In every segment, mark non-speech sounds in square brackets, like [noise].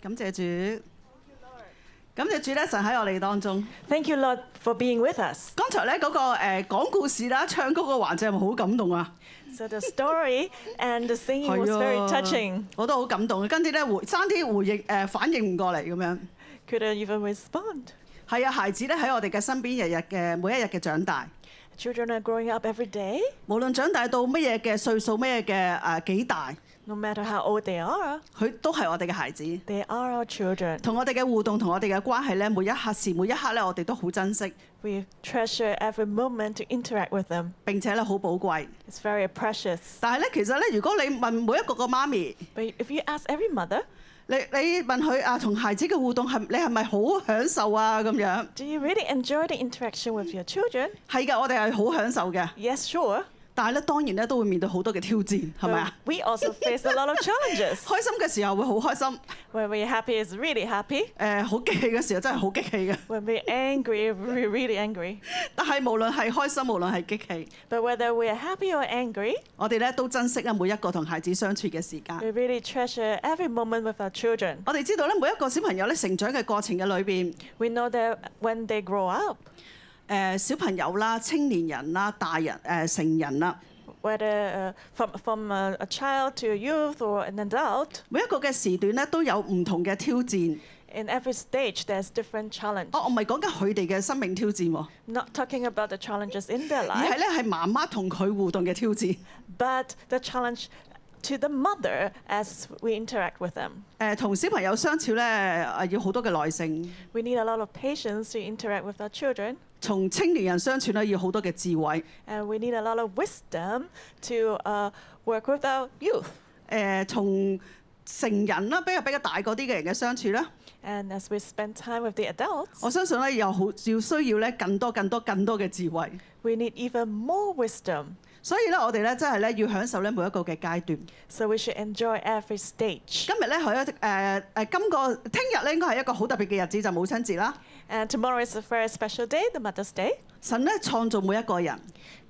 感謝主，感謝主咧，神喺我哋當中。 Thank you, Lord, for being with us. 剛才咧嗰個誒講故事啦、唱歌個環節係咪好感動啊？ So the story and the singing was very touching. 我都好感動。啊跟住咧回爭啲回應誒、呃反應唔過嚟咁樣。 Couldn't even respond. 係啊，孩子咧喺我哋嘅身邊，日日嘅每一日嘅長大， Children are growing up every day, 無論長大到乜嘢嘅歲數，乜嘢嘅誒幾大， no matter how old they are. 佢都係我哋嘅孩子。 They are our children. 同我哋嘅互動，同我哋嘅關係咧，每一刻時每一刻咧，我哋都好珍惜， We treasure every moment to interact with them. 並且咧好寶貴。 It's very precious. 但係咧，其實咧，如果你問每一個個媽咪， But if you ask every mother, 你你問佢啊，同孩子嘅互動係你係咪好享受啊？咁樣 do you really enjoy the interaction with your children? 係嘅，我哋係好享受嘅。 Yes, sure. 但係咧，當然咧都會面對好多嘅挑戰，係咪 But 啊？ we also face a lot of [laughs] challenges. 開心嘅時候會好開心，誒、 When we're happy, it's really happy. 好激氣嘅時候真係好激氣嘅。 [laughs] When we're angry, we're really angry. 但係無論係開心，無論係激氣， But whether we're happy or angry, 我哋咧都珍惜啊每一個同孩子相處嘅時間。 we really treasure every moment with our children. 我哋知道咧，每一個小朋友咧成長嘅過程嘅裏邊，誒、 We know that when they grow up, 小朋友啦、青年人啦、大人誒、成人啦， whether uh, from, from a, a child to a youth or an adult, 每一個嘅時段咧都有唔同嘅挑戰。 in every stage there's different challenge. 哦，我唔係講緊佢哋嘅生命挑戰喎， Not talking about the challenges in their 而係 life, 咧係媽媽同佢互動嘅挑戰。誒、 but the challenge to the mother as we interact with them. 同小朋友相處咧，誒要好多嘅耐性； We need a lot of patience to interact with our children, 同青年人相處咧，要好多嘅智慧。誒、 and we need a lot of wisdom to uh, work with our youth. 同成人啦，比較比較大嗰啲嘅人嘅相處咧， And as we spend time with the adults, 我相信咧又好要需要咧更多更多更多嘅智慧。 we need even more wisdom. 所以咧，我哋咧真係咧要享受咧每一個嘅階段。 So we should enjoy every stage. 今日咧係一誒誒，今個聽日咧應該係一個好特別嘅日子，就母親節啦。 And tomorrow is a very special day, the Mother's Day. 神咧創造每一個人。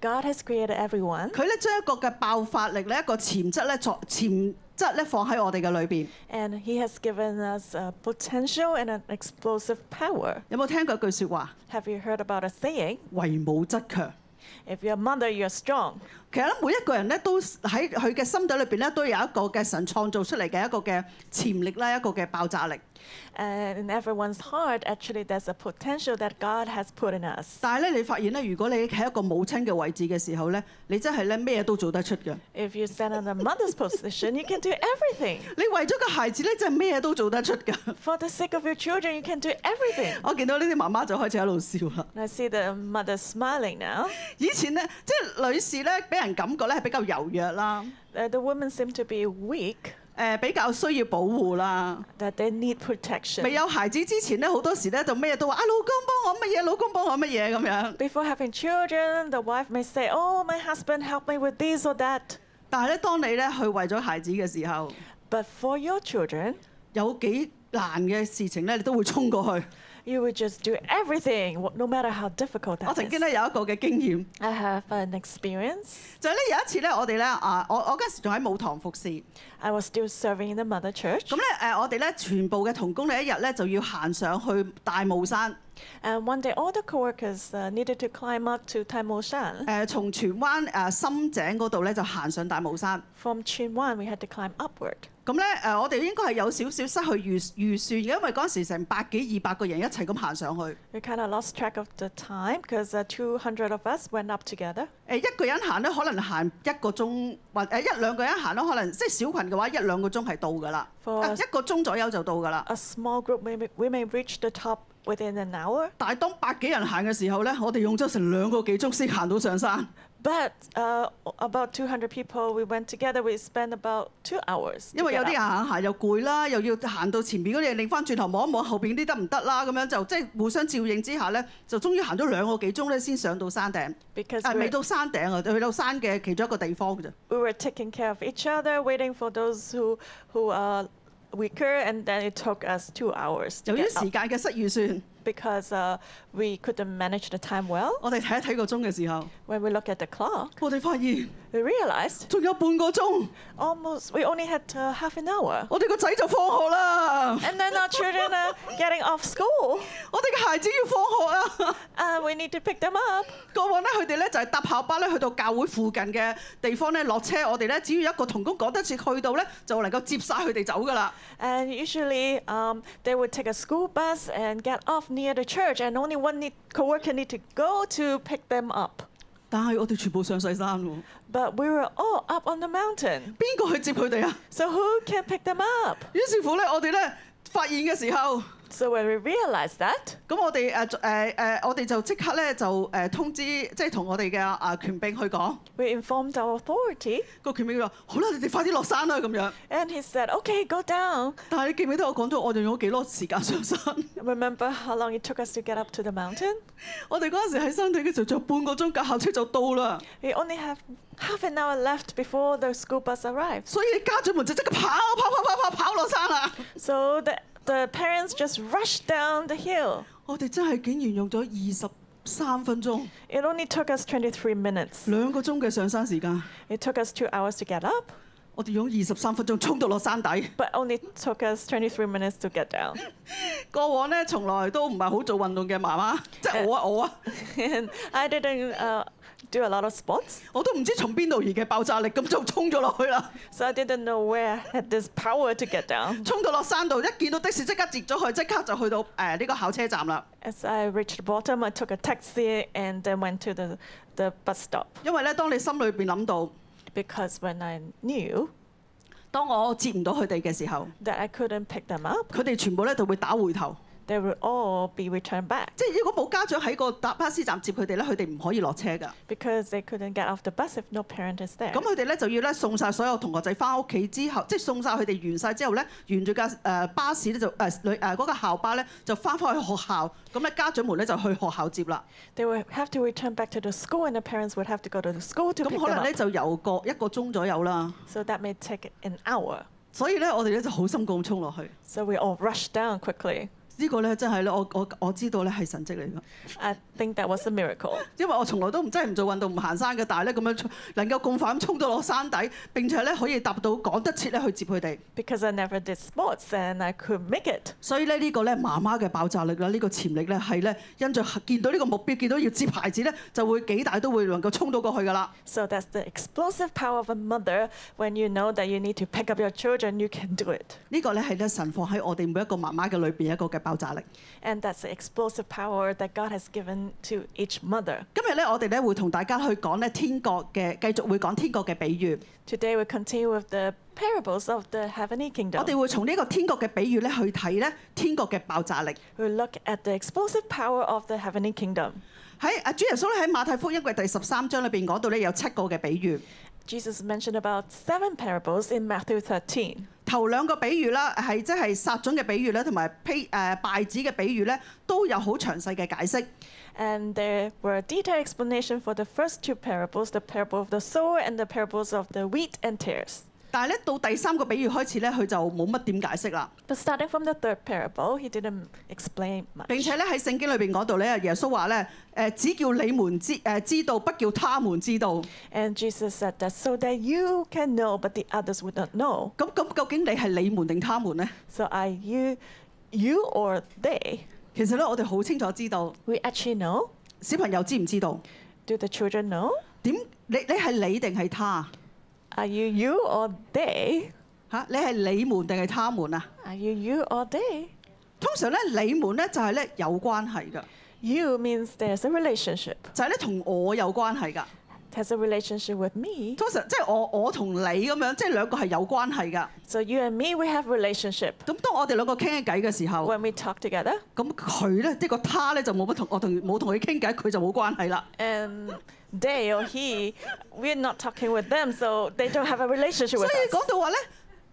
God has created everyone, 佢咧將一個嘅爆發力咧，一個潛質咧，作潛質咧放喺我哋嘅裏邊。 and He has given us a potential and an explosive power. 有冇聽過一句説話？ Have you heard about a saying? 為母則強。 If you're a mother, you're strong. 其實咧，每一個人咧都喺佢嘅心底裏邊咧，都有一個嘅神創造出嚟嘅一個嘅潛力啦，一個嘅爆炸力。 And in everyone's heart, actually, there's a potential that God has put in us. 但係咧，你發現咧，如果你喺一個母親嘅位置嘅時候咧，你真係咧咩都做得出嘅。 If you stand on the mother's position, you can do everything. 你為咗個孩子咧，真係咩都做得出㗎。 [laughs] For the sake of your children, you can do everything. 我見到呢啲媽媽就開始喺度笑啦。 And I see the mother smiling now. 以前咧，即係女士咧，俾人感覺咧係比較柔弱啦，誒、 Uh, the women seem to be weak, 呃比較需要保護啦。 that they need protection. 未有孩子之前咧，好多時咧就咩都話啊，老公幫我乜嘢，老公幫我乜嘢咁樣。 Before having children, the wife may say, Oh, my husband helped me with this or that. 但係咧，當你咧去為咗孩子嘅時候， But for your children, 有幾難嘅事情咧，你都會衝過去。 you will just do everything, wh- no matter how difficult 我 that 曾 is. 經咧有一個嘅經驗， I have an experience. 就係咧有一次咧，我哋咧啊，我我嗰陣時仲喺母堂服侍，咁 I was still serving in the mother church, 咧誒，呃我哋咧全部嘅童工咧一日咧就要行上去大帽山，誒、 and one day all the coworkers uh, needed to climb up to Tai Mo Shan. 從荃呃灣誒、呃深井嗰度咧就行上大帽山。 From Chin Wan, we had to climb upward. 咁咧誒，我哋應該係有少少失去預預算嘅，因為嗰陣時成百幾二百個人一齊咁行上去。 We kind of lost track of the time because uh, 200 of us went up together. 誒一個人行咧，可能行一個鐘，或誒一兩個人行咧，可能即係小群嘅話，一兩個鐘係到㗎啦， For- 啊一個鐘左右就到㗎啦。 A small group, may, we may reach the top within an hour. 但係當百幾人行嘅時候咧，我哋用咗成兩個幾鐘先行到上山。 But uh, about 200 people, we went together. We spent about two hours. to 因為有啲 get up. 人行行又攰啦，又要行到前面嗰啲嘢，擰翻轉頭望一望後邊啲得唔得啦，咁樣就即係互相照應之下咧，就終於行咗兩個幾鐘咧，先上到山頂。 because 啊，未 we're- 到山頂啊，去到山嘅其中一個地方㗎啫。 we were taking care of each other, waiting for those who who are weaker, and then it took us two hours to 由於 get 時 up 間嘅失預算， because uh, we couldn't manage the time well. 我哋睇一睇個鐘嘅時 [laughs] 候， When we look at the clock, 我哋發現 we realized 仲有半個鐘。 almost we only had uh, half an hour, 我哋個仔就放學啦， [laughs] and then our children are getting off school. 我哋嘅孩子要放學啊！ Uh, we need to pick them up. 過往咧，佢哋咧就係搭校巴咧去到教會附近嘅地方咧落車，我哋咧只要一個童工趕得切去到咧，就能夠接晒佢哋走㗎啦。 And usually um, they would take a school bus and get off near the church, and only one need, coworker need to go to pick them up. 但係我哋全部上晒山喎， But we were all up on the mountain, 邊個去接佢哋啊？ so who can pick them up? 於是乎咧，我哋咧發現嘅時候， So when we realized that, 咁我哋誒誒誒，我哋就即刻咧就誒、呃通知，即係同我哋嘅啊權柄去講。 we informed our authority, 個權柄就話：好啦，你哋快啲落山啦咁樣。 and he said, "Okay, go down." 但係你記唔記得我講咗我哋用咗幾多時間上山？ Remember how long it took us to get up to the mountain? 我哋嗰陣時喺山頂嘅時候，仲有半個鐘架校車就到啦。 We only have half an hour left before the school bus arrives. 所以家長們就即刻跑跑跑跑跑跑落山啦！ So the, the parents just rushed down the hill. 我哋真係竟然用咗二十三分鐘， It only took us 23 minutes. 兩個鐘嘅上山時間， It took us two hours to get up, 我哋用二十三分鐘衝到落山底。 but only took us 23 minutes to get down. [laughs] 過往呢，從來都唔係好做運動嘅媽媽，即係我啊我啊， and I didn't uh, do a lot of sports, 我都唔知從邊度而嘅爆炸力，咁就衝咗落去啦。 so I didn't know where I had this power to get down. 衝到落山度，一見到的士即刻截咗佢，即刻就去到誒呢、個校車站啦。 As I reached the bottom, I took a taxi and then went to the, the bus stop 因為呢，當你心裏邊諗到， because when I knew 當我接唔到佢哋嘅時候， that I couldn't pick them up, 佢哋全部呢就會打回頭。 they would all be returned back. 即係如果冇家長喺個搭巴士站接佢哋咧，佢哋唔可以落車㗎。 because they couldn't get off the bus if no parent is there. 咁佢哋咧就要咧送晒所有同學仔翻屋企之後，即係送晒佢哋完晒之後咧，沿住架誒巴士咧就誒旅誒嗰架校巴咧就翻返去學校，咁咧家長們咧就去學校接啦。 They would have to return back to the school, and the parents would have to go to the school to 咁 pick 可 them 能咧 up. 就有個一個鐘左右啦。 So that may take an hour. 所以咧我哋咧就好心咁衝落去。 So we all rushed down quickly. 呢個咧真係咧，我我我知道咧係神蹟嚟㗎， I think that was a miracle 因為我從來都唔真係唔做運動唔行山嘅，但係咧咁樣衝能夠咁快咁衝到落山底，並且咧可以搭到趕得切咧去接佢哋。 because I never did sports and I could make it. 所以咧呢個咧媽媽嘅爆炸力啦，呢、個潛力咧係咧因着見到呢個目標，見到要接牌子咧，就會幾大都會能夠衝到過去噶啦。 So that's the explosive power of a mother. When you know that you need to pick up your children, you can do it. 呢、個咧係咧神放喺我哋每一個媽媽嘅裏邊一個嘅爆炸力。 And that's the explosive power that God has given to each mother. 今日咧我哋咧會同大家去講咧天國嘅，繼續會講天國嘅比喻。 Today we continue with the parables of the heavenly kingdom. 我哋會從呢個天國嘅比喻咧去睇咧天國嘅爆炸力。 We look at the explosive power of the heavenly kingdom. 喺阿主耶穌咧喺馬太福音嘅第十三章裏邊講到咧有七個嘅比喻。 Jesus mentioned about seven parables in Matthew 13. 頭兩個比喻啦，係即係撒種嘅比喻咧，同埋披誒稗子嘅比喻咧，都有好詳細嘅解釋。 And there were a detailed explanation for the first two parables, the parable of the sower and the parables of the wheat and tares. 但係咧，到第三個比喻開始咧，佢就冇乜點解釋啦。 But starting from the third parable, he didn't 並 explain much. 且咧喺聖經裏邊講到咧，耶穌話咧誒，只叫你們知誒、呃知道，不叫他們知道。 And Jesus said that so that you can know, but the others would not know. 咁咁究竟你係你們定他們呢？ So are you, you or they? 其實咧，我哋好清楚知道 We actually know. 小朋友知唔知道 Do the children know? 點？你你係你定係他 Are you you or they? 嚇、你係你們定係他們啊？ Are you you or they? 通常咧，你們咧就係咧有關係㗎， You means there's a relationship. 就係咧同我有關係㗎。 There's a relationship with me. 通常即係我我同你咁樣，即係兩個係有關係㗎。 So you and me, we have relationship. 咁當我哋兩個傾緊偈嘅時候。 When we talk together, 咁佢咧，即係個他咧就冇乜同我同冇同佢傾偈，佢就冇關係啦。 and they or he, we're not talking with them, so they don't have a relationship 所 with 以 us. 講到話咧，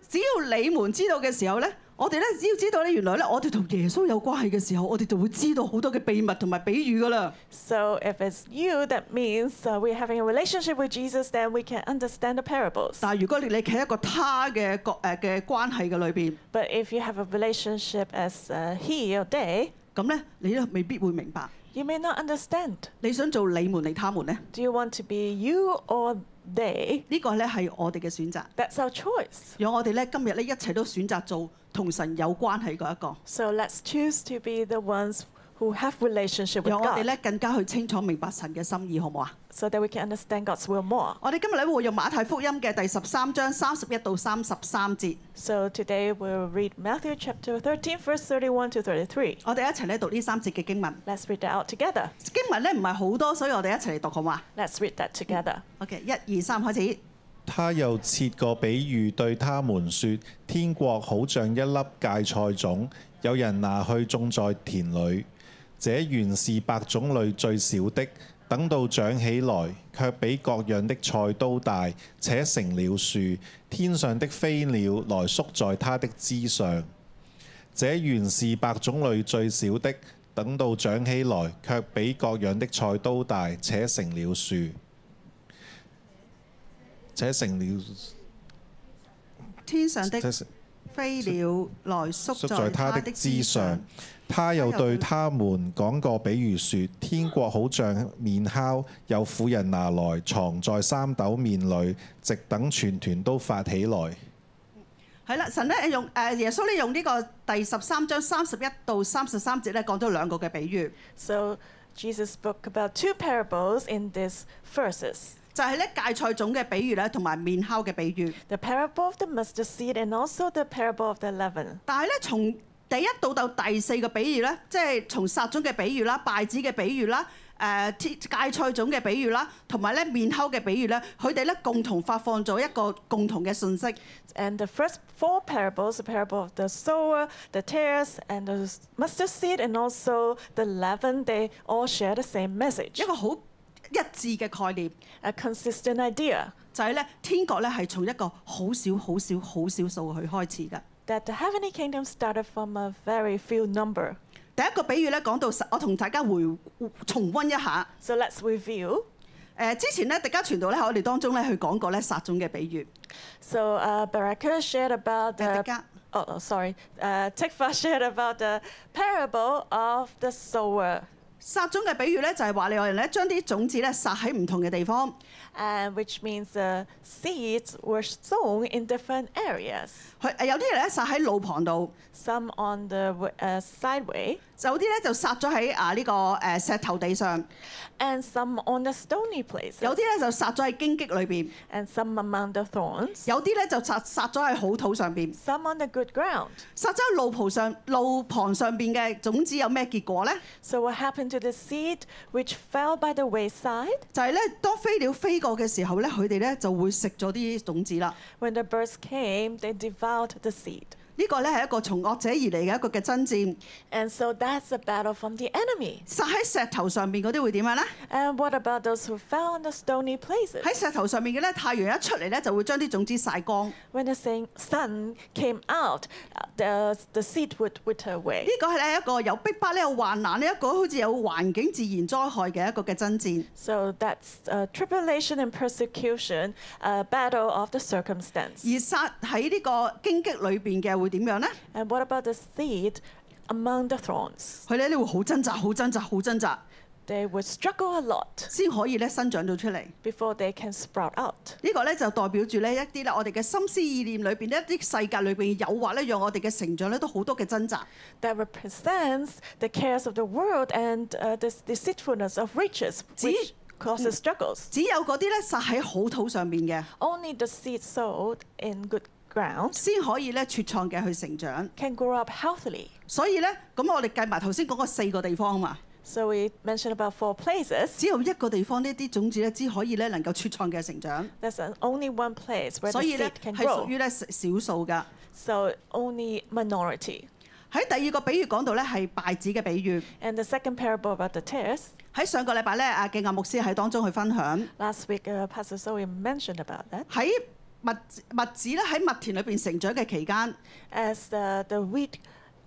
只要你們知道嘅時候咧，我哋咧只要知道咧，原來咧我哋同耶穌有關係嘅時候，我哋就會知道好多嘅秘密同埋比喻噶啦。 So if it's you, that means uh, we're having a relationship with Jesus, then we can understand the parables. 但係如果你你企喺一個他嘅角誒嘅關係嘅裏邊， But if you have a relationship as uh, he or they, 咁咧你咧未必會明白。 You may not understand. 你想做你們定他們呢？ Do you want to be you or they? 呢個咧係我哋嘅選擇。 That's our choice. 讓我哋咧今日咧一齊都選擇做同神有關係嗰一個。 So let's choose to be the ones who have relationship with 讓我哋 God 咧更加去清楚明白神嘅心意，好唔好啊？ so that we can understand God's will more. 我哋今日咧會用馬太福音嘅第十三章三十一到三十三節， So today we'll read Matthew chapter 13, verse 31 to 33. 我哋一齊咧讀呢三節嘅經文。 Let's read that out together. 經文咧唔係好多，所以我哋一齊嚟讀好嘛 Let's read that together. ？OK，一二三開始。他又設個比喻對他們說：天國好像一粒芥菜種，有人拿去種在田裏。這原是百種類最小的，等到長起來，卻比各樣的菜都大，且成了樹。天上的飛鳥來宿在它的枝上。這原是百種類最小的，等到長起來，卻比各樣的菜都大，且成了樹。且成了。天上的這是飛鳥來宿宿在在他他的的枝枝上上。。他又對他們講過比喻說：天國好像麵酵，有婦人拿來藏在三斗面裏，直等全團都發起來。係啦，神咧用誒耶穌咧用呢個第十三章三十一到三十三節咧講咗兩個嘅比喻， So Jesus spoke about two parables in these verses. 就係咧芥菜種嘅比喻咧，同埋面烤嘅比喻。 The parable of the mustard seed and also the parable of the leaven. 但係咧，從第一到到第四個比喻咧，即係從撒種嘅比喻啦、稗子嘅比喻啦、誒鐵芥菜種嘅比喻啦，同埋咧面烤嘅比喻咧，佢哋咧共同發放咗一個共同嘅信息， And the first four parables, the parable of the sower, the tares, and the s- mustard seed, and also the leaven, they all share the same message, 一個好一致嘅概念， a consistent idea 就係咧天國咧係從一個好少、好少、好少數去開始嘅。 that the heavenly kingdom started from a very few number. 第一個比喻咧講到神，我同大家回重温一下。 So let's review. 誒、之前咧，迪加傳道咧喺我哋當中咧，去講過咧撒種嘅比喻。 So uh, Baraka shared about Uh, the. Tekka. Oh, oh, sorry. Uh, Tikva [laughs] shared about the parable of the sower, 撒種嘅比喻咧，就係話你有人咧將啲種子咧撒喺唔同嘅地方。 and which means the seeds were sown in different areas. 佢呃誒有啲人咧撒喺路旁度， Some on the w- uh, sideway, 有啲咧就撒咗喺啊呢個誒石頭地上， and some on the stony places, 有啲咧就撒咗喺荊棘裏邊， and some among the thorns, 有啲咧就撒撒咗喺好土上邊。 some on the good ground. 撒咗喺路旁上路旁上邊嘅種子有咩結果咧？ So what happened to the seed which fell by the wayside? 就係咧，當飛鳥飛過嘅時候咧，佢哋咧就會食咗啲種子啦。 When the birds came, they devoured the seed. 呢個咧係一個從惡者而嚟嘅一個嘅爭戰， And so that's a battle from the enemy. 撒喺石頭上面嗰啲會點樣呢？ And what about those who fell on the stony places? 喺石頭上面嘅咧，太陽一出嚟咧就會將啲種子曬光。呢 When the sun- sun came out, uh, the, the seed would wither away. 個係咧一個有逼迫咧、有患難咧、一個好似有環境自然災害嘅一個嘅爭戰。 So that's uh, tribulation and persecution, a battle of the circumstance. 而撒喺呢個荊棘裏邊嘅會點樣呢？ And what about the seed among the thorns? 佢咧你會好掙扎、好掙扎、好掙扎， They would struggle a lot 先可以咧生長到出嚟。 before they can sprout out. 呢個咧就代表住咧一啲咧我哋嘅心思意念裏邊呢一啲世界裏邊嘅誘惑咧，讓我哋嘅成長咧都好多嘅掙扎。 That represents the cares of the world and uh, the deceitfulness of riches, See? which causes struggles. 只有嗰啲咧撒喺好土上面嘅， Only the seed sowed in good ground 先可以咧茁壯嘅去成長。 can grow up healthily. 所以咧，咁我哋計埋頭先講嗰四個地方啊嘛， So we mentioned about four places. 只有一個地方呢啲種子咧，只可以咧能夠茁壯嘅成長， There's an- only one place where 所 the 以咧 seed can 係屬 grow. 於咧少數噶。 So only minority. 喺第二個比喻講到咧係稗子嘅比喻， And the second parable about the tares. 喺上個禮拜咧，阿敬亞牧師喺當中去分享， Last week, uh, Pastor Zoe mentioned about that. 喺麥麥子咧喺麥田裏邊成長嘅期間， As the, the wheat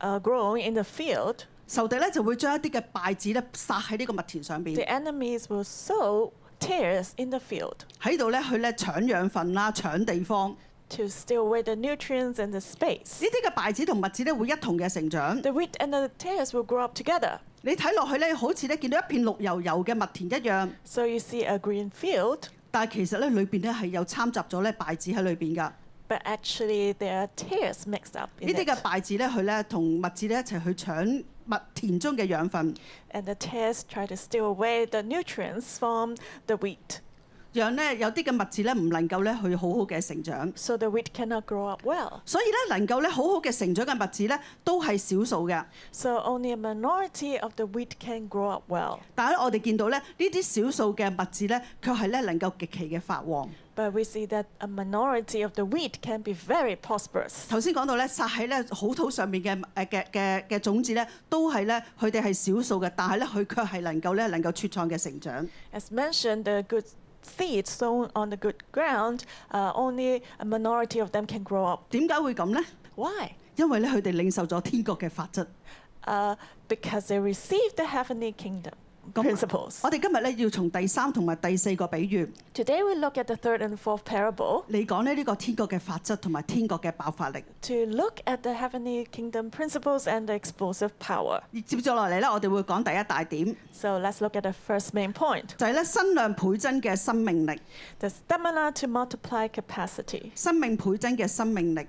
uh, growing in the field, 仇敵咧就會將一啲嘅稗子咧撒喺呢個麥田上邊， the enemies will sow tares in the field 喺度咧佢咧搶養分啦、搶地方， to stay away the nutrients and the space. 啲嘅稗子同麥子咧會一同嘅成長。 The wheat and the tares will grow up together. 你睇落去咧，好似咧見到一片綠油油嘅麥田一樣， So you see a green field, 但係其實咧裏邊咧係有參雜咗咧稗子喺裏邊㗎。 but actually there are tares mixed up 呢 in 啲 it. 嘅稗子咧，佢咧同麥子咧一齊去搶麥田中嘅養分， And the tares try to steal away the nutrients from the wheat. 讓咧有啲嘅麥子咧唔能夠咧去好好嘅成長。 So the wheat cannot grow up well. 所以咧能夠咧好好嘅成長嘅麥子咧都係少數嘅。 So only a minority of the wheat can grow up well. 但係咧我哋見到咧呢啲少數嘅麥子咧，卻係咧能夠極其嘅發旺。 But we see that a minority of the wheat can be very prosperous. 頭先講到咧撒喺咧好土上面嘅誒嘅嘅嘅種子咧，都係咧佢哋係少數嘅，但係咧佢卻係能夠咧能夠茁壯嘅成長。 As mentioned, the good seed sown on the good ground, uh, only a minority of them can grow up. 點解會咁呢？ Why? 因為咧佢哋領受咗天國嘅法則。 Uh, because they receive the heavenly kingdom 咁 principles. 我哋今日咧要從第三同埋第四個比喻 Today we look at the third and fourth parable 嚟講咧呢個天國嘅法則同埋天國嘅爆發力。 to look at the heavenly kingdom principles and the explosive power. 而接咗落嚟咧，我哋會講第一大點， So let's look at the first main point 就係咧新量倍增嘅生命力， the stamina to multiply capacity. 生命倍增嘅生命力。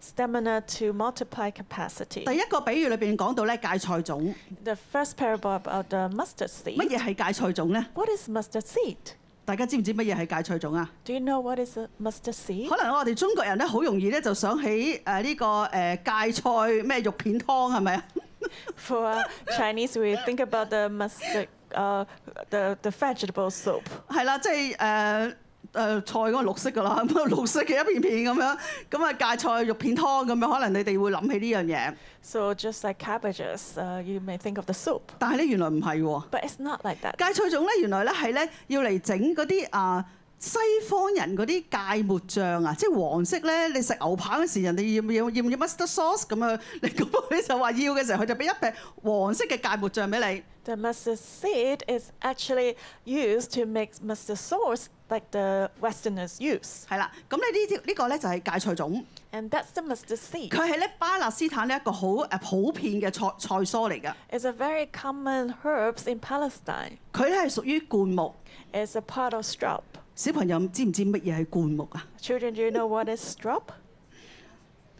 Stamina to multiply capacity. 第一個比喻裏邊講到咧芥菜種， The first parable about the mustard 乜 seed. 嘢係芥菜種呢？ What is mustard seed? 大家知唔知乜嘢係芥菜種啊？ Do you know what is a mustard seed? 可能我哋中國人咧好容易咧就想起誒呢個誒芥菜咩肉片湯係咪啊？ [laughs] For uh, Chinese, we think about the mustard, uh, the, the vegetable soup. 係啦，即係誒誒菜嗰個綠色㗎啦，咁啊 [laughs] 綠色嘅一片片咁樣，咁啊芥菜肉片湯咁樣，可能你哋會諗起呢樣嘢， So just like cabbages, uh, you may think of the soup, 但係咧原來唔係喎， but it's not like that. 芥菜種咧原來咧係咧要嚟整嗰啲啊。西方人嗰啲芥末醬啊，即係黃色咧，你食牛扒嗰時，人哋要唔要要唔要 mustard sauce 咁樣，你咁 [laughs] 你就話要嘅時候，佢就俾一撇黃色嘅芥末醬俾你。 The mustard seed is actually used to make mustard sauce, like the Westerners use, 係啦，咁咧呢條呢個咧就係芥菜種， and that's the mustard seed. 佢係咧巴勒斯坦呢一個好誒普遍嘅菜菜蔬嚟㗎， It's a very common herbs in Palestine. 佢咧係屬於灌木。 It's a part of strop. 小朋友知唔知乜嘢係灌木啊？ Children, do you know what is strop?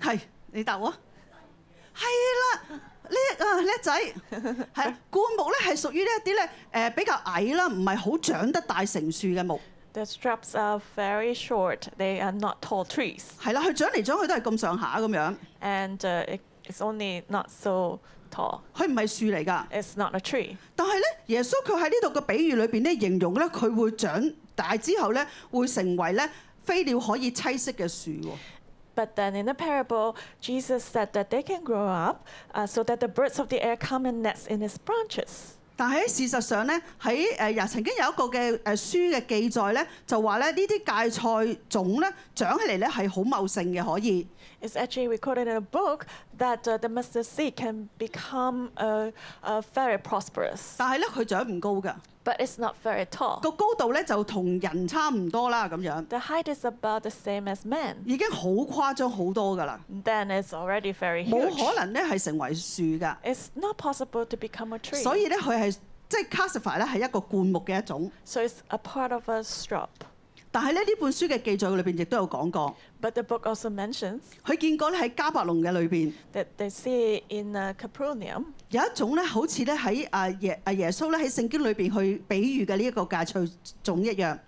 係，你答我。係啦，叻啊叻仔，係灌木咧係屬於呢一啲咧誒比較矮啦，唔係好長得大成樹嘅木。 The strops are very short. They are not tall trees, 係啦，佢長嚟長去都係咁上下咁樣， and uh, it, it's only not so tall. 佢唔係樹嚟㗎。 It's not a tree. 但係咧，耶穌佢喺呢度嘅比喻裏邊咧，形容咧佢會長大之後咧，會成為咧飛鳥可以棲息嘅樹喎。 But then in the parable, Jesus said that they can grow up uh, so that the birds of the air come and nest in its branches. 但係喺事實上咧，喺呃誒也曾經有一個嘅誒書嘅記載咧，就話咧呢啲芥菜種咧長起嚟咧係好茂盛嘅，可以。 It's actually recorded in a book that uh, the mustard seed can become uh, uh, very prosperous, 但係咧佢長唔高㗎， but it's not very tall. 個高度咧就同人差唔多啦咁樣， The height is about the same as man. 已經好誇張好多㗎啦， Then it's already very 冇 huge. 可能咧係成為樹㗎。 It's not possible to become a tree. 所以咧佢係即係 classify 咧係一個灌木嘅一種。 So it's a part of a strop. 但係咧呢本書嘅記載裏邊亦都有講過， But the book also mentions 佢見過咧喺加百隆嘅裏邊 that they see in uh, Capernaum 有一種咧好似咧喺啊耶啊耶穌咧喺聖經裏邊去比喻嘅呢一個芥菜種一樣，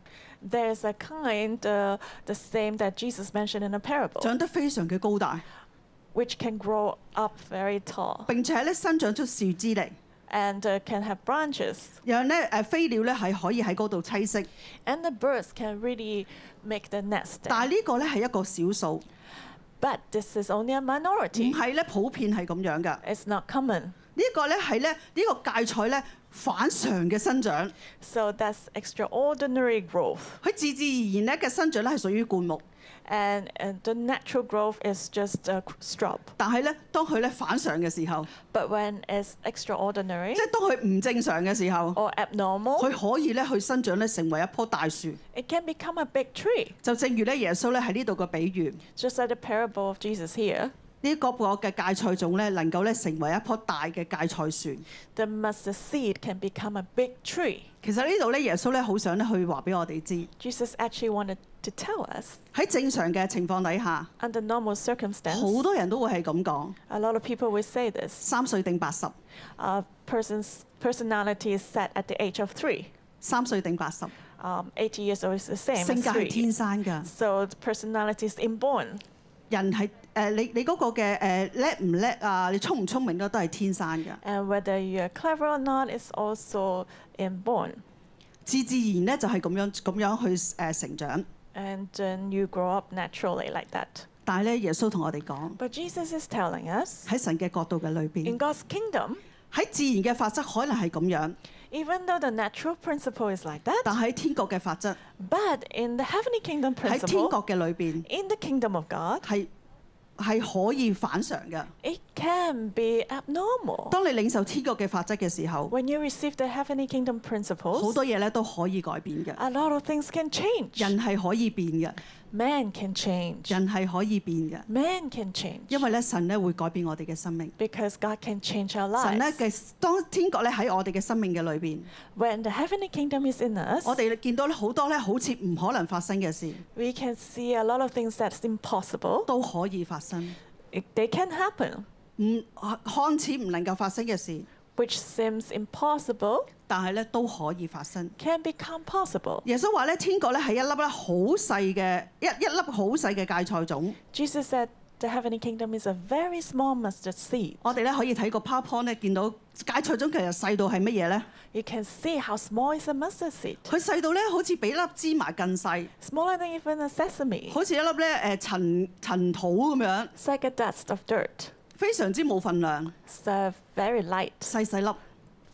There's a kind, uh, the same that Jesus mentioned in a parable, 長得非常嘅高大， which can grow up very tall 並且咧生長出樹枝嚟， and uh, can have branches, 讓咧誒飛鳥咧係可以喺嗰度棲息。 and the birds can really make the nest. there. 但係呢個咧係一個少數， But this is only a 唔 Mm-hmm. minority. 係咧普遍係咁樣㗎。呢 it's not common. 呢個咧係咧呢個芥菜咧反常嘅生長， So that's extraordinary growth. 佢自自然然咧嘅生長咧係屬於灌木， And, and the natural growth is just a cr- strop. 但係咧當佢咧反常嘅時候， But when it's extraordinary 即係當佢唔正常嘅時候， or abnormal, 佢可以咧去生長咧成為一棵大樹。 it can become a big tree, 就正如咧耶穌咧喺呢度嘅比喻， just like the parable of Jesus here. 呢個個嘅芥菜種咧能夠咧成為一棵大嘅芥菜樹。 The mustard seed can become a big tree. 其實呢度咧耶穌咧好想咧去話俾我哋知， Jesus actually wanted to tell us 喺正常嘅情況底下， under normal circumstance, 好多人都會係咁講， a lot of people will say this. 三歲定八十， A person's personality is set at the age of three. 三歲定八十， Um, 80 years old is the same. 性 as 格 three. 係天生㗎。 So the personality is inborn. 人係誒、呃你你嗰個嘅誒、呃叻唔叻啊，你聰唔聰明咧都係天生㗎， And whether you're clever or not is also inborn. 自自然咧就係咁樣咁樣去誒、呃成長。 And then you grow up naturally like that. 但係咧耶穌同我哋講 But Jesus is telling us 喺神嘅角度嘅裏邊，in God's kingdom, 喺自然嘅法則可能係咁樣， even though the natural principle is like that, 但喺天國嘅法則 but in the heavenly kingdom 喺天 principle, 國嘅裏邊 in the kingdom of God, 係係可以反常嘅。 it can be abnormal. 當你領受天國嘅法則嘅時候， When you receive the heavenly kingdom 好 principles, 多嘢咧都可以改變嘅。 a lot of things can change. 人係可以變嘅， Man can change. 人係可以變嘅， Man can change. 因為咧神咧會改變我哋嘅生命。 Because God can change our 神咧 lives. 嘅當天國咧喺我哋嘅生命嘅裏邊， When the heavenly kingdom is in us, 我哋見到咧好多咧好似唔可能發生嘅事， we can see a lot of things that's impossible. 都可以發生。 It, they can happen, 唔啊看似唔能夠發生嘅事， which seems impossible 但係咧都可以發生。 can become possible. 耶穌話咧，天國咧係一粒咧好細嘅一一粒好細嘅芥菜種。 Jesus said the heavenly kingdom is a very small mustard seed. 我哋咧可以睇個 PowerPoint 咧，見到芥菜種其實細到係乜嘢咧？ You can see how small is a mustard seed, 佢細到咧好似比粒芝麻更細， smaller than even a sesame. 好似一粒咧誒塵塵土咁樣， It's like a dust of dirt. 非常之冇份量， It's uh, very light, 細細粒。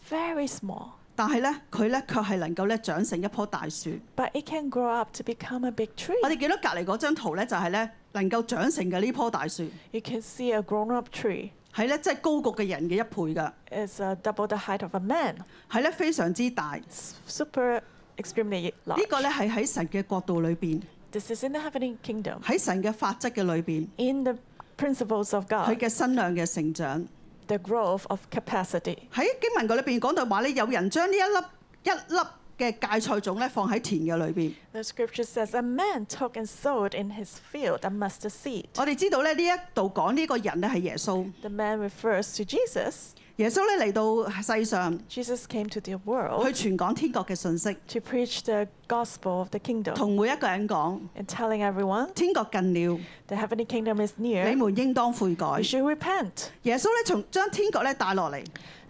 very small, 但係咧，佢咧卻係能夠咧長成一棵大樹。 but it can grow up to become a big tree. 我哋見到隔離嗰張圖咧，就係咧能夠長成嘅呢棵大樹， You can see a grown-up tree. 係咧即係高過嘅人嘅一倍㗎， It's uh, double the height of a man. 係咧非常之大。呢 It's super extremely large. 個咧係喺神嘅國度裏邊， This is in the heavenly kingdom, 喺神嘅法則嘅裏邊， in the principles of 佢 God, 嘅身量嘅成長。 the growth of capacity. 喺經文嗰裏邊講到話咧，有人將呢一粒一粒嘅芥菜種咧放喺田嘅裏邊。 The scripture says, "A man took and sowed in his field a mustard seed." 我哋知道咧呢一度講呢個人咧係耶穌， The man refers to Jesus. 耶穌咧嚟到世上 Jesus came to the 去 world 傳講天國嘅信息， to preach the gospel of the kingdom 同每一個人講 and telling everyone 天國近了， the heavenly kingdom is 你 near. 們應當悔改。 You should repent. 耶穌咧從將天國咧帶落嚟，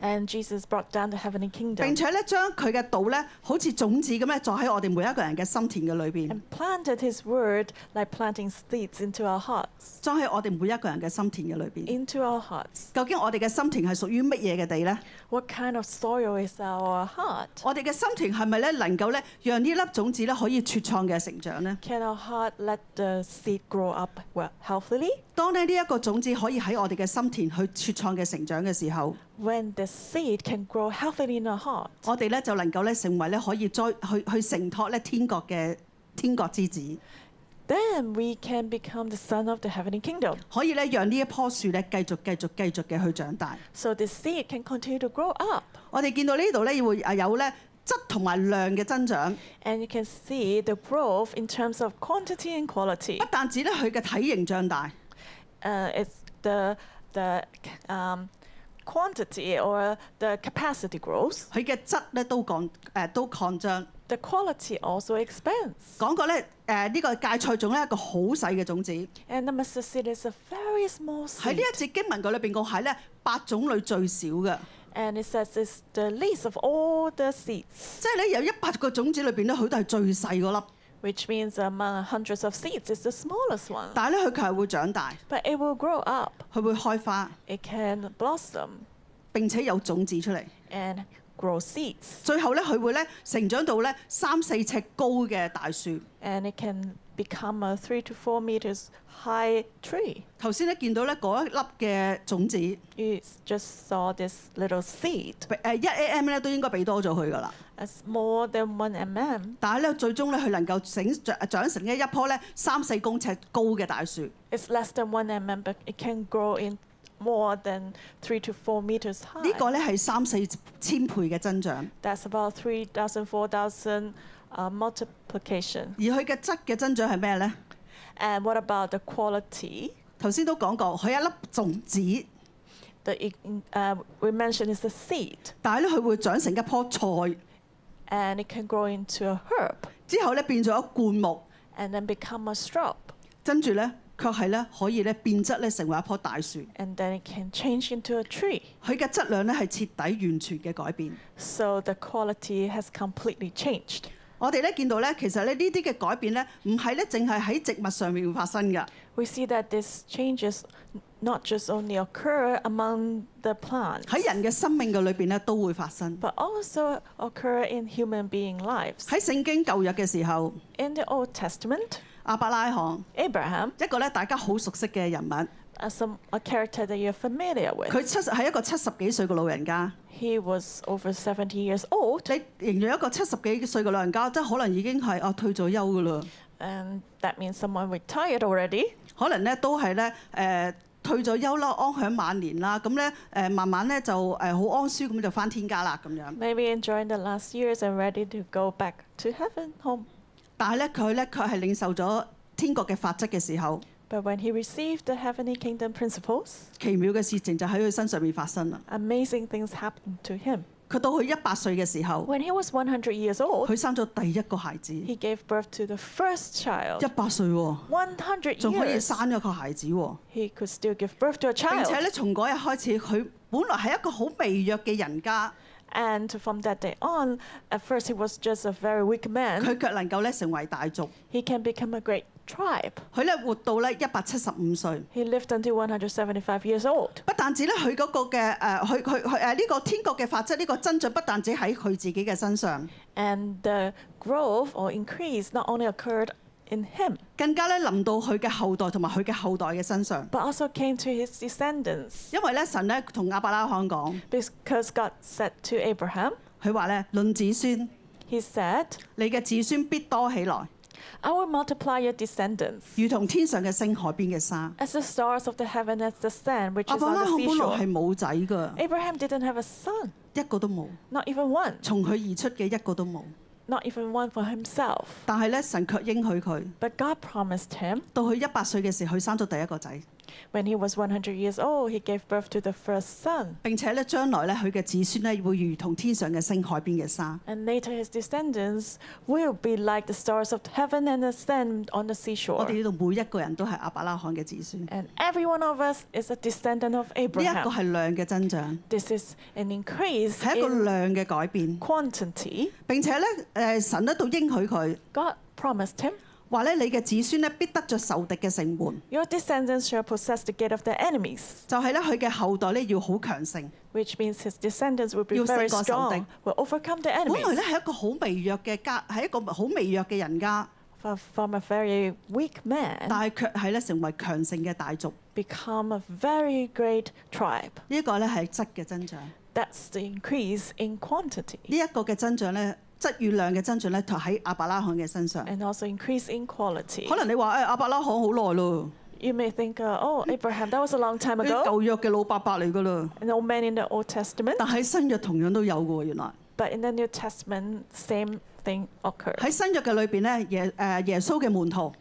And Jesus brought down the heavenly 並 kingdom 且咧將佢嘅道咧好似種子咁咧，坐喺我哋每一個人嘅心田嘅裏邊， and planted his word like planting seeds into our hearts. 裝喺我哋每一個人嘅心田嘅裏邊。 Into our hearts. 究竟我哋嘅心田係屬於乜嘢嘅地呢？ What kind of soil is our heart? 我哋嘅心田係咪咧能夠咧讓呢粒種子咧可以茁壯嘅成長呢？ Can our heart let the seed grow up well, healthily? 當咧呢一個種子可以喺我哋嘅心田去茁壯嘅成長嘅時候， When the seed can grow healthily in our heart, 我哋咧就能夠咧成為咧可以栽去去承托咧天國嘅天國之子， then we can become the son of the heavenly kingdom. 可以咧讓呢一棵樹咧繼續繼續繼續嘅去長大。 So the seed can continue to grow up, 我哋見到呢度咧會啊有咧質同埋量嘅增長， and you can see the growth in terms of quantity and quality. 不但止咧佢嘅體型長大， Uh, it's the the um, quantity or the capacity grows. 佢嘅質咧都擴誒、都擴張。 The quality also expands, 講過咧誒呢個芥菜種咧一個好細嘅種子。 and the mustard seed is a very small 喺呢 seed. 一節經文嗰裏邊講係咧八種類最少嘅， And it says it's the least of all the seeds, 即係咧有一百個種子裏邊咧，佢都係最細嗰粒， which means among hundreds of seeds, it's the smallest one. 但係咧佢卻係會長大， But it will grow up, 佢會開花。 it can blossom. 並且有種子出嚟。 and grow seeds, 最後咧，佢會咧成長到咧三四尺高嘅大樹。 and it can become a three to four meters high tree. 頭先咧見到咧嗰一粒嘅種子，誒 You s- just saw this little seed. 一 am 咧都應該俾多咗佢噶啦。 It's more than one mm. 但係咧，最終咧佢能夠整長長成咧一棵咧三四公尺高嘅大樹。 It's less than one mm, but it can grow in more than three to four meters 呢個 high. 咧係三四千倍嘅增長， That's about 3,000, 4,000 uh, multiplication. 而佢嘅質嘅增長係咩咧？ And what about the quality? 頭先都講過，佢一粒種子， The e- uh, we mentioned is the seed, 但係咧佢會長成一棵菜， and it can grow into a herb, 之後咧變咗一灌木， and then become a shrub, 跟住咧卻係咧可以咧變質咧成為一棵大樹。 and then it can change into a tree. 佢嘅質量咧係徹底完全嘅改變。 So the quality has completely changed. 我哋咧見到咧，其實咧呢啲嘅改變咧，唔係咧淨係喺植物上面會發生㗎。 We see that these changes n- not just only occur among the plants, 喺人嘅生命嘅裏邊咧都會發生。 but also occur in human being lives. 喺聖經舊約嘅時候， In the Old Testament, 亞伯拉罕 Abraham, 一個咧大家好熟悉嘅人物， uh, some, a character that you're familiar with, 佢七十係一個七十幾歲嘅老人家。 he was over 70 years old, 你形容一個七十幾歲嘅老人家，即係可能已經係啊退咗休㗎啦， and that means someone retired already. 可能咧都係咧誒退咗休啦，安享晚年啦，咁咧誒慢慢咧就誒好安舒咁就翻天家啦咁樣。 maybe enjoying the last years and ready to go back to heaven home. 但係咧佢咧卻係領受咗天國嘅法則嘅時候， But when he received the heavenly kingdom principles, 奇妙嘅事情就喺佢身上面發生啦。 amazing things happened to him. 佢到佢一百歲嘅時候， When he was 100 years old, 佢生咗第一個孩子，一 he gave birth to the first child. 百歲喎， 100仲可以 years, 生咗個孩子喎。 he could still give birth to a 並且 child. 咧，從嗰日開始，佢本來係一個好微弱嘅人家， And from that day on, at first he was just a very weak man. 佢卻能夠咧成為大族。 He can become a great tribe. 佢咧活到咧一百七十五歲。 He lived until 175 years old. 不但止咧，佢嗰個嘅誒，呃佢佢佢誒呢個天國嘅法則，呢、個增長不但止喺佢自己嘅身上， And the growth or increase not only occurred in him, 更加咧臨到佢嘅後代同埋佢嘅後代嘅身上。 but also came to his descendants 因為咧，神咧同亞伯拉罕講， because God said to Abraham, 佢話咧：論子孫， He said, 你嘅子孫必多起來， I will multiply your descendants 如同天上嘅星、海邊嘅沙。 as the stars of the heaven, as the sand which 亞 is 伯 on 拉 the 罕本來 seashore. 係冇仔㗎， Abraham didn't have a son, 一個都冇， not even one, 從佢而出嘅一個都冇。 not even one for himself. 但係咧，神卻應許佢， But God promised him 到佢一百歲嘅時候，佢生咗第一個仔。 when he was 100 years old, he gave birth to the first son. 並且咧，將來咧，佢嘅子孫咧會如同天上嘅星、海邊嘅沙。 And later his descendants will be like the stars of heaven and the sand on the 我 seashore. 哋呢度每一個人都係亞伯拉罕嘅子孫。呢 And every one of us is a descendant of 一個 Abraham. 係量嘅增長， This is an increase 係一個 in 量嘅改變。 quantity. 並且咧，誒神咧都應許佢 God promised him, 話咧，你嘅子孫咧必得着仇敵嘅城門， Your descendants shall possess the gate of their enemies, 就係咧佢嘅後代咧要好強盛。 which means his descendants will be Yêu very sinh con sống tính. strong, will overcome their 本來咧 enemies. 係一個好微弱嘅家，係一個好微弱嘅人家， F- From a very weak 但 man, 係卻係咧成為強盛嘅大族。 become a very great tribe. 呢、一個咧係質嘅增長，呢、 That's the increase in quantity 一個嘅增長咧質與量嘅增長咧，就喺亞伯拉罕嘅身上。 and also increase in quality. 可能你話誒亞伯拉罕好耐咯， You may think, uh, oh, Abraham, that was a long time 佢 ago, 舊約嘅老伯伯嚟㗎啦， an old man in the Old Testament, 但喺新約同樣都有㗎喎，原來 but in the New Testament, same thing occurred. 喺新約嘅裏邊咧，耶誒耶穌嘅門徒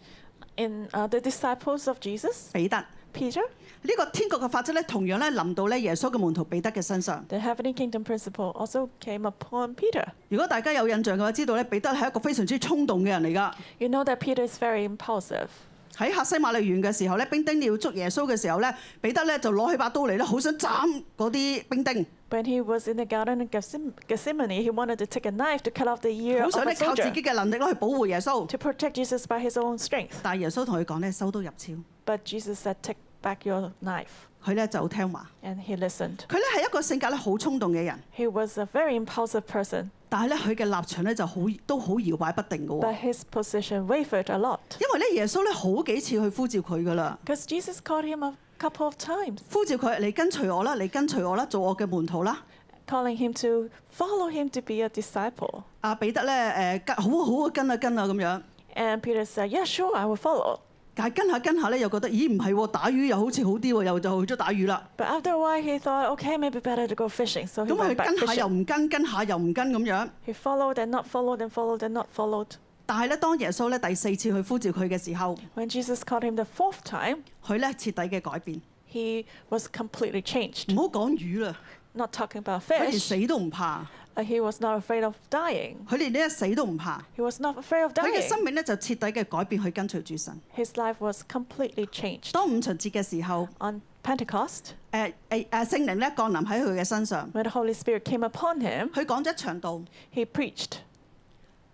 In uh, the disciples of Jesus, 彼得。 Peter, 呢個天國嘅法則咧，同樣咧臨到咧耶穌嘅門徒彼得嘅身上。 the heavenly kingdom principle also came upon Peter. 如果大家有印象嘅話，知道咧彼得係一個非常之衝動嘅人嚟㗎。 You know that Peter is very impulsive. 喺客西馬利園嘅時候咧，兵丁要捉耶穌嘅時候咧，彼得咧就攞起把刀嚟咧，好想斬嗰啲兵丁， When he was in the garden of Gethsem- Gethsemane, he wanted to take a knife to cut off the ear 好 of 想 a 咧靠自 soldier 己嘅能力咧去保護耶穌。 to protect Jesus by his own strength. 但係耶穌同佢講咧，收刀入鞘。 But Jesus said, Take back your knife. 佢咧就聽話。 and he listened. 佢咧係一個性格咧好衝動嘅人， He was a very impulsive person, 但係咧佢嘅立場咧就好都好搖擺不定嘅喎 but。his position wavered a lot 因為咧耶穌咧好幾次去呼召佢噶啦， because Jesus called him a couple of times, 呼召佢你跟隨我啦，你跟隨我啦，做我嘅門徒啦。 calling him to follow him to be a disciple. 阿彼得咧誒跟好啊好啊跟啊跟啊咁樣， And Peter said, Yeah, sure, I will follow. 但係跟下跟下咧又覺得咦唔係喎，打魚又好似好啲喎，又就去咗打魚啦。 But after a while, he thought, Okay, maybe better to go fishing. So 咁 he 佢 went back 跟下又 fishing. 唔跟，跟下又唔跟咁樣。 He followed and not followed and followed and not followed. 但係咧，當耶穌咧第四次去呼召佢嘅時候， When Jesus called him the fourth time, 佢咧徹底嘅改變， he was completely 唔 changed. 好講魚啦， Not talking about 佢連 fish, 死都唔怕， uh, he was not afraid of dying. 佢連呢一死都唔怕， He was not afraid of 佢嘅 dying. 生命咧就徹底嘅改變去跟隨主神。 His life was completely changed. 當五旬節嘅時候， On Pentecost, 誒誒誒聖靈咧降臨喺佢嘅身上， when the Holy Spirit came upon him, 佢講咗一場道， he preached,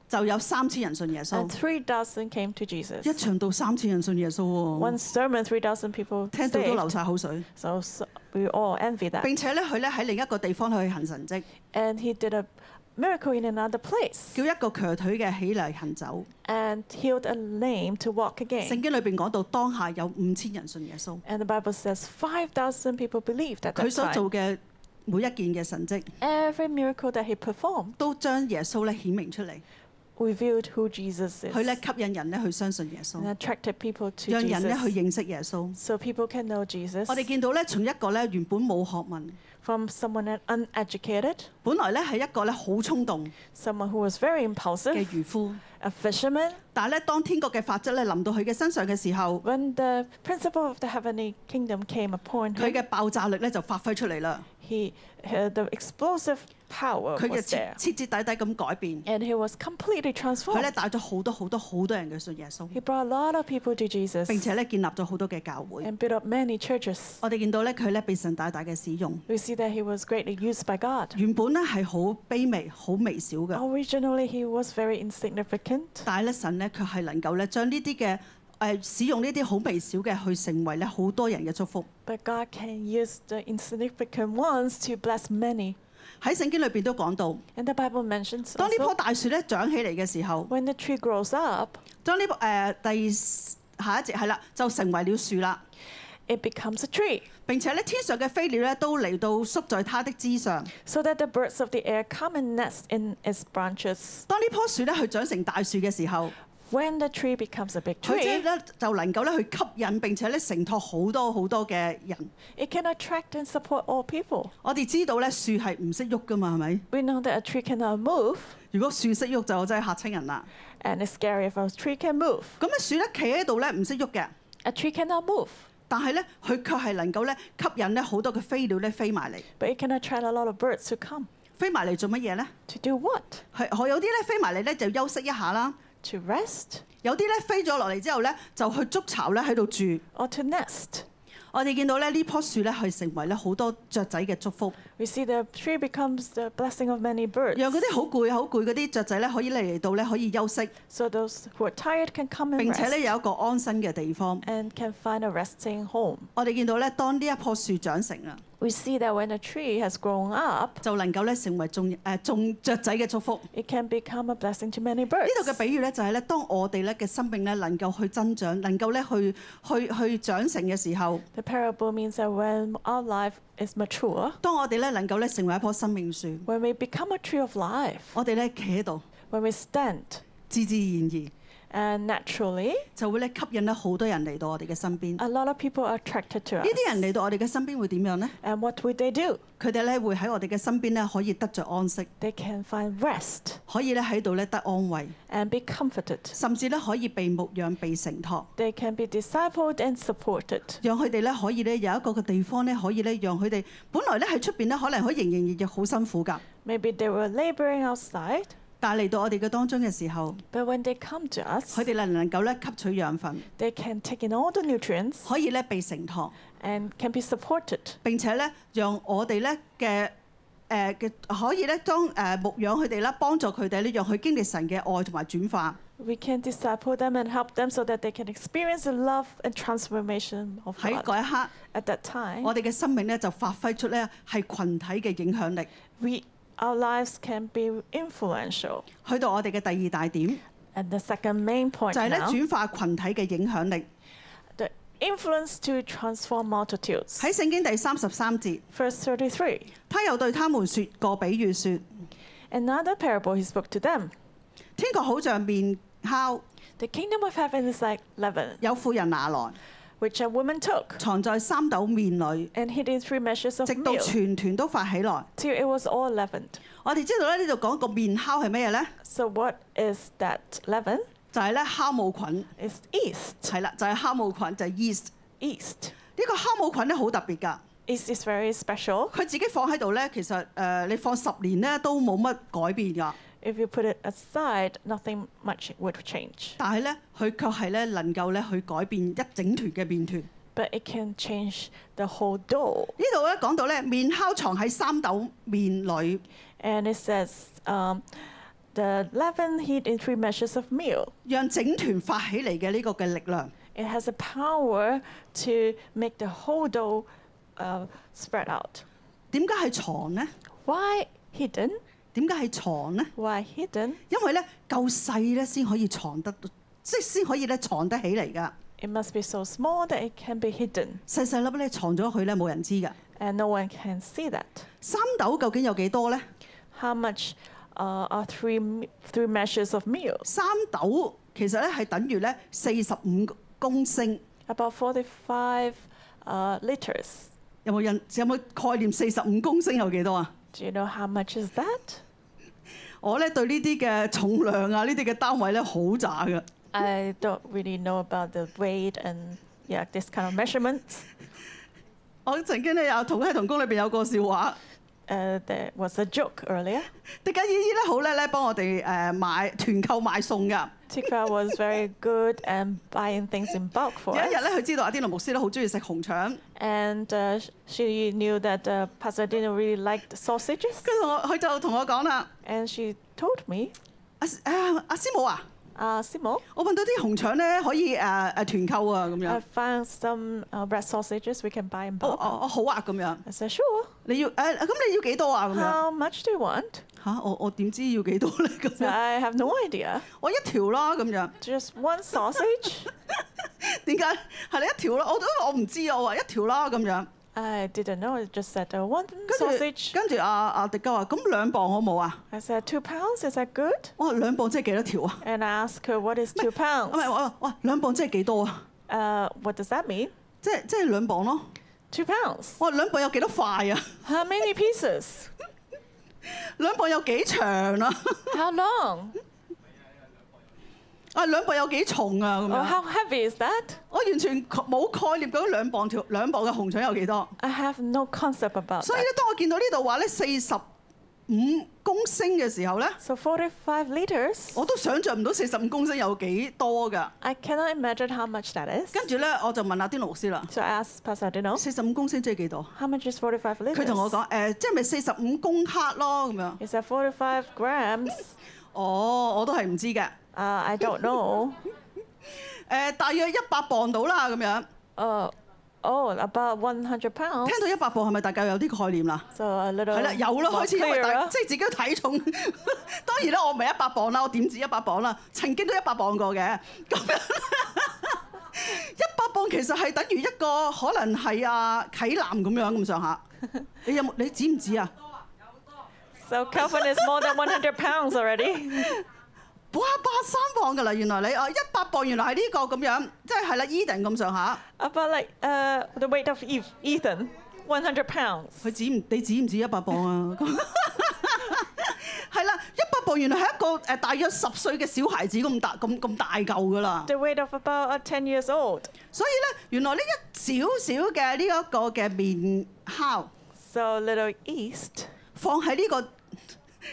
就有三千人信耶 and 穌。 3,000 came to Jesus. 一場道三千人信耶穌喎 One，sermon, 3,000 people 聽到都 saved. 流晒口水。 So, so we all envy that. 並且咧，佢咧喺另一個地方去行神跡， And he did a miracle in another place 叫一個瘸腿嘅起嚟行走。 and healed a lame to walk 聖 again. 經裏邊講到當下有五千人信耶穌， And the Bible says 5,000 people believed at 佢 that 所做 time. 嘅每一件嘅神跡， Every miracle that he performed 都將耶穌咧顯明出嚟。 revealed who Jesus 佢咧 is 吸引人咧去相信耶 and 穌， attracted people to 讓人咧去 Jesus 認識耶穌。 so people can know Jesus. 我哋見到咧，從一個咧原本冇學問， from someone that uneducated, 本來咧係一個咧好衝動 someone who was very 嘅 impulsive, 漁夫， a fisherman. 但係咧當天國嘅法則咧臨到佢嘅身上嘅時候， When the principle of the heavenly kingdom came upon 佢 him, 嘅爆炸力咧就發揮出嚟啦。 he, uh, the explosive power 佢嘅 was 徹 there, 徹徹底底咁改變， and he was 佢 completely 咧 transformed. 帶咗好多好多好多人嘅信耶穌， He brought a lot of people to Jesus 並且咧建立咗好多嘅教會。 and built up many churches. 我哋見到咧佢咧被神大大嘅使用， We see that he was greatly used by God. 原本咧係好卑微、好微小嘅。Oh Originally, he was very insignificant, 但係咧，神咧佢係能夠咧將呢啲嘅誒使用呢啲好微小嘅去成為咧好多人嘅祝福。 but God can use the insignificant ones to bless many. 喺聖經裏邊都講到， And the Bible mentions 當呢棵 also, 大樹咧長起嚟嘅時候， when the tree grows up, 將呢棵誒第下一節係啦，就成為了樹啦。 it becomes a tree, 並且咧，天上嘅飛鳥咧都嚟到宿在它的枝上。 so that the birds of the air come and nest in its branches. 當呢棵樹咧佢長成大樹嘅時候， When the tree becomes a big 佢即係 tree, 咧就能夠咧去吸引並且咧承托好多好多嘅人。 it can attract and support all people. 我哋知道咧樹係唔識喐噶嘛，係咪？ We know that a tree cannot move, 如果樹識喐就真係嚇親人啦。 and it's scary if a tree can move. 咁咧樹咧企喺度咧唔識喐嘅。 A tree cannot move, 但係咧，佢卻係能夠咧吸引咧好多嘅飛鳥咧飛埋嚟， but it can attract a lot of birds to come. 飛埋嚟做乜嘢咧？ To do what? 係可有啲咧飛埋嚟咧就休息一下啦， To rest 有啲咧飛咗落嚟之後咧就去築巢咧喺度住。 or to nest. 我哋見到咧呢棵樹咧係成為咧好多雀仔嘅祝福， We see the tree becomes the blessing of many birds. 讓嗰啲好攰好攰嗰啲雀仔咧可以嚟到咧可以休息， So those who are tired can come and 並且咧 rest 有一個安身嘅地方。 and can find a resting home. 我哋見到咧，當呢一棵樹長成啦， We see that when a tree has grown up, 就能夠咧成為種誒種雀仔嘅祝福。呢 it can become a blessing to many birds. 度嘅比喻咧就係咧，當我哋咧嘅生命咧能夠去增長，能夠咧去去去長成嘅時候。 The parable means that when our life is mature, 當我哋咧能夠咧成為一棵生命樹， when we become a tree of life, 我哋咧企喺度， when we stand 自自然然 and naturally, 就會咧吸引咧好多人嚟到我哋嘅身邊。呢 a lot of people are attracted to us. 啲人嚟到我哋嘅身邊會點樣呢？ And what would they do? 佢哋咧會喺我哋嘅身邊咧可以得着安息， They can find rest 可以咧喺度咧得安慰， and be comforted. 甚至咧可以被牧養、被承托， They can be discipled and supported. 讓佢哋咧可以咧有一個嘅地方咧可以咧讓佢哋本來咧喺出邊咧可能可以營營役役好辛苦㗎， Maybe they were laboring outside, 但係嚟到我哋嘅當中嘅時候， but when they come to us, 佢哋咧能夠咧吸取養分， they can take in all the nutrients 可以咧被承托。 and can be supported. 並且咧，讓我哋咧嘅誒嘅可以咧，當誒牧養佢哋啦，幫助佢哋咧，讓佢經歷神嘅愛同埋轉化。 we can disciple them and help them so that they can experience the love and transformation of 喺 God. 嗰一刻， At that time, 我哋嘅生命咧就發揮出咧係群體嘅影響力。 we our lives can be influential. 去到我哋嘅第二大點， And the second main point 就係咧 now, 轉化群體嘅影響力。 the influence to transform multitudes. 喺聖經第三十三節， Verse 33. 他又對他們說個比喻說： Another parable he spoke to them. 天國好像面烤， The kingdom of heaven is like leaven, 有婦人拿來， which a woman took 藏在三斗面裏， and hid in three measures of 直到 meal 全團都發起來。 till it was all leavened. 我哋知道咧，呢度講個面烤係咩嘢咧？ So what is that leaven? 就係咧酵母菌， It's yeast. 係啦，就係、酵母菌，就係、yeast。 Yeast. 呢個酵母菌咧好特別㗎， Yeast is very special. 佢自己放喺度咧，其實誒、呃你放十年咧都冇乜改變㗎， If you put it aside, nothing much would change. 但係咧佢卻係咧能夠咧去改變一整團嘅面團。呢 But it can change the whole dough. 度咧講到咧面烤藏喺三斗面裏， And it says, um, the leaven hid in three measures of meal. 讓整團發起嚟嘅呢個嘅力量。 It has the power to make the whole dough uh, spread out. 點解係藏呢？ Why hidden? 點解係藏呢？ Why hidden? 因為咧夠細咧先可以藏得，即係先可以咧藏得起嚟㗎。 It must be so small that it can be hidden, 細細粒咧藏咗佢咧冇人知㗎。 and no one can see that. 三斗究竟有幾多呢？ How much uh, are three m- three measures of meal? 三斗其實咧係等於咧四十五公升， About 45 uh, liters. 有冇人有冇概念？四十五公升有幾多啊？ Do you know how much is that? 我咧對呢啲嘅重量啊，呢啲嘅單位咧好渣㗎。 I don't really know about the weight and yeah, this kind of measurements. 我曾經咧有同喺童工裏邊有個笑話， Uh, there was a joke earlier. 迪迦姨姨咧好叻咧幫我哋誒買團購買餸㗎。 Tikva was very good and buying things in bulk 有 for 一日 us. 咧，佢知道阿天奴牧師咧好中意食紅腸， And uh, sh- she knew that uh, Pastor Dino really liked sausages. 跟住我佢就同我講啦： And she told me, 阿啊阿師母啊， uh, Simo, 我揾到啲紅腸咧可以誒誒團購啊咁樣。I found some uh, red sausages we can buy in 哦 bulk. 哦哦，好啊咁樣。 I said, sure. 你要誒咁、你要幾多啊咁樣？ How much do you want? 吓、我我點知要幾多咧？咁 So 樣 I have no idea. 我一條啦，咁樣 Just one [laughs] sausage. 點解係你一條啦？我都我唔知啊，我話一條啦咁樣。 I didn't know. I just said uh, one 跟住 sausage. 跟住阿阿迪哥話：咁兩磅好冇啊？ I said two pounds. Is that good? 我話兩磅即係幾多條啊？ And I asked her what [laughs] is two 唔係 pounds. 我話哇兩磅即係幾多啊？ Uh, what does that mean? 即係即係兩磅咯。 Two [laughs] pounds. 我話兩磅有幾多塊啊？ [laughs] How many pieces? 兩磅有幾長啊？ [laughs] [laughs] How long? 啊兩磅有幾重啊？咁 Or 樣 how heavy is that? 我完全冇概念究竟兩磅條兩磅嘅紅腸有幾多。 I have no concept about 所以咧 that.，當我見到呢度話咧四十五公升嘅時候咧。 So 45 liters. 我都想像唔到四十五公升有幾多㗎。 I cannot imagine how much that is. 跟住咧，我就問阿丁老師啦， So I asked Pasadino, 四十五公升即係幾多？ how much is 45佢 liters? 同我講誒、即係咪四十五公克咯咁樣。 Is that 45 grams? 哦，我都係唔知嘅。誒、 Uh, I don't know. 大約一百磅到啦咁樣。 Uh, oh, about 100 pounds. 聽到一百磅係咪大概有啲概念啦？ So a little 係啦，有啦， more 開始因為 clearer. 大即係自己都體重。 [laughs] 當然啦，我唔係一百磅啦，我點止一百磅啦？曾經都一百磅過嘅。咁樣 [laughs] 一百磅其實係等於一個可能係啊啟南咁樣咁上下。你有冇？你止唔止啊？ So Calvin is more than 100 pounds already. 哇！八三磅㗎啦，原來你哦一百磅原來係呢個咁樣，即係係啦，Eden 咁上下。 About like uh, the weight of Eve, Ethan, 100 pounds. 佢止唔？你止唔止一百磅啊？咁 [laughs] 係啦，一百磅原來係一個誒大約十歲嘅小孩子咁大咁咁大嚿㗎啦。 The weight of about uh, 10 years old. 所以咧，原來呢一少少嘅呢一個嘅麵烤， So little yeast 放喺呢、個 [laughs]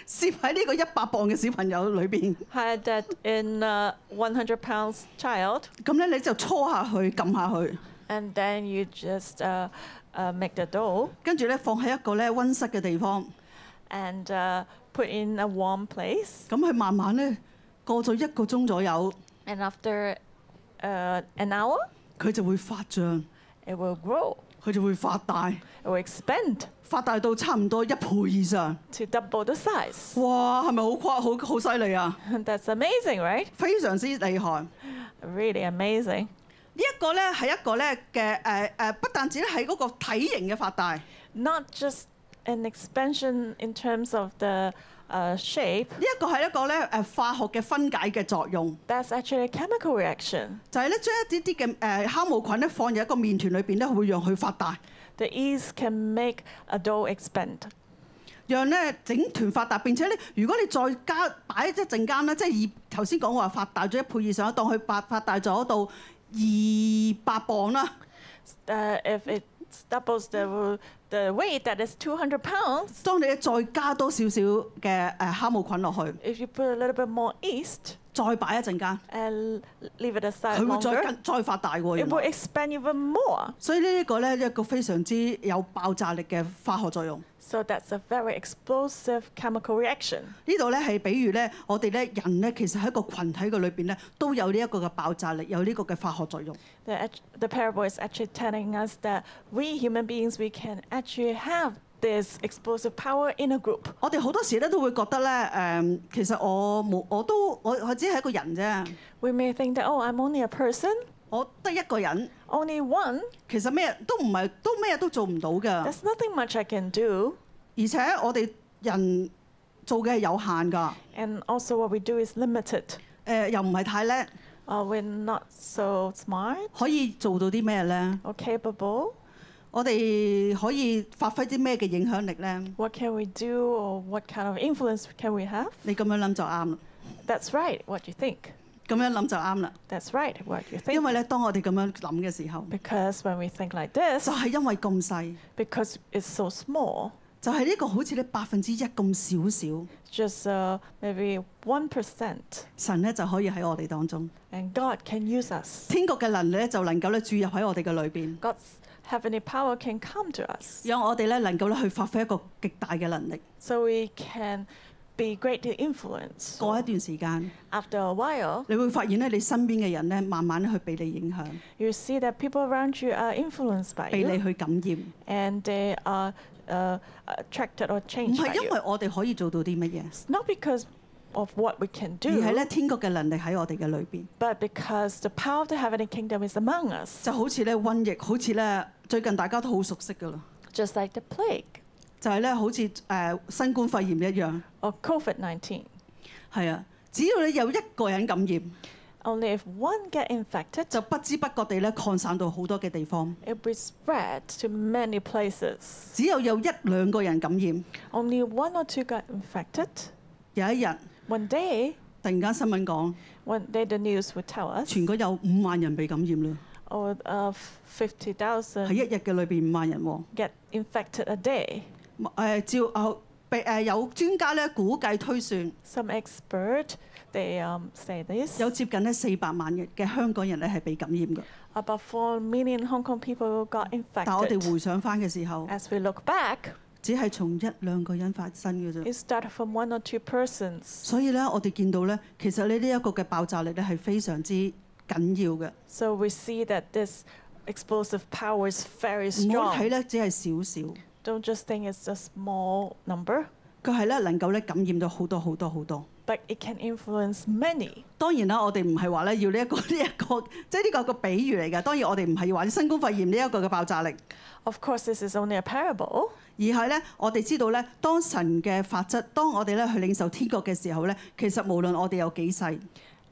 攝喺呢個一百磅嘅小朋友裏邊， had that in uh, 100 pounds child, 咁咧你就搓下佢，撳下佢， and then you just uh, uh, make the dough 跟住咧放喺一個咧温室嘅地方， and uh, put in a warm place, 咁佢慢慢咧過咗一個鐘左右， And after uh, an hour, 佢就會發脹， it will grow, 佢就會發大， it will expand 發大到差唔多一倍以上。 to double the size. [laughs] 哇，係咪好誇好好犀利啊？ That's amazing, right? 非常之厲害。 Really amazing. 呢一個咧係一個咧嘅誒誒，不但止咧係嗰個體型嘅發大，呢 Not just an expansion in terms of the uh, shape, 一個係一個咧誒化學嘅分解嘅作用， that's actually a chemical reaction. 就係咧將一啲啲嘅誒酵母菌咧放入一個麵團裏邊咧，會讓佢發大， The yeast can make a dough expand. 讓咧整團發達。並且咧，如果你再加擺一陣間咧，即係二頭先講話發大咗一倍以上，當佢發發大咗到二百磅啦。 Uh, if it doubles the, the weight, that is 200 pounds, 當你再加多少少嘅誒酵母菌落去， if you put a little bit more yeast 再擺一陣間， and leave it 佢 aside 會 longer, 再跟再發大喎。原 it will 來 expand even more. 所以呢一個咧一個非常之有爆炸力嘅化學作用。 So that's a very explosive chemical reaction. 呢度咧係比喻咧，我哋咧人咧其實喺一個群體嘅裏邊咧都有呢一個嘅爆炸力，有呢個嘅化學作用。 The, act- the parable is actually telling us that we human beings, we can actually have this explosive power in a group. 我哋好多時咧都會覺得咧誒、其實我冇我都我我只係一個人啫， We may think that, oh, I'm only a person, 我得一個人， only one, 其實咩都唔係都咩都做唔到㗎。而 there's nothing much I can do. 且我哋人做嘅係有限㗎，誒、 And also, what we do is limited. 又唔係太叻， Uh, we're not so smart 可以做到啲咩咧？ or capable. 我哋可以發揮啲咩嘅影響力咧？ What can we do or what kind of influence can we have? 你咁樣諗就啱啦， That's right, what you think. 咁樣諗就啱啦。 That's right, what you 因 think. 為咧，當我哋咁樣諗嘅時候， Because when we think like this, 就係因為咁細， because it's so small, 就係呢個好似咧百分之一咁少少， just uh, maybe 1%, 神咧就可以喺我哋當中， and God can use us. 天國嘅能力咧就能夠咧注入喺我哋嘅裏邊， God's heavenly power can come to us. 讓我哋咧能夠咧去發揮一個極大嘅能力。 So we can be greatly influenced. 過一段時間， After a while, 你會發現咧你身邊嘅人咧慢慢去被你影響， you see that people around you are influenced by 被 you. 你去感染， and they are uh, attracted or 唔 changed by 係因 you. 為我哋可以做到啲乜嘢， It's not because of what we can 而 do, 係咧天國嘅能力喺我哋嘅裏邊， but because the power of the heavenly kingdom is among us, 就好似咧瘟疫，好似咧最近大家都好熟悉噶啦， just like the plague 就係咧好似誒、呃新冠肺炎一樣。 or COVID 19. 係啊，只要你有一個人感染， Only if one get infected, 就不知不覺地咧擴散到好多嘅地方。 it will spread to many places. 只有有一兩個人感染， Only one or two got infected. 有一日 One day, 突然間新聞講， one day the news would tell us, 全國有五萬人被感染啦， or uh, 50,000喺一日嘅裏邊五萬人喎。 get infected a day. 誒、照啊被誒、有專家咧估計推算， Some expert they um, say this. 有接近咧四百萬人嘅香港人咧係被感染嘅。 About 4 million Hong Kong people got 但我哋 infected. 回想翻嘅時候， As we look back, 只係從一兩個人發生嘅啫。 it started from one or two persons. 所以咧，我哋見到咧，其實咧呢一個嘅爆炸力咧係非常之緊要嘅。 So we see that this explosive power is very 唔好睇 strong. 咧，只係少少， Don't just think it's a small number, 佢係咧能夠咧感染到好多好多好多。 but it can influence many. 當然啦，我哋唔係話咧要呢、一個 [laughs] 呢一、個，即係呢個個比喻嚟㗎。當然我哋唔係話新冠肺炎呢一個嘅爆炸力， Of course, this is only a parable, 而係咧我哋知道咧，當神嘅法則，當我哋咧去領受天國嘅時候咧，其實無論我哋有幾細，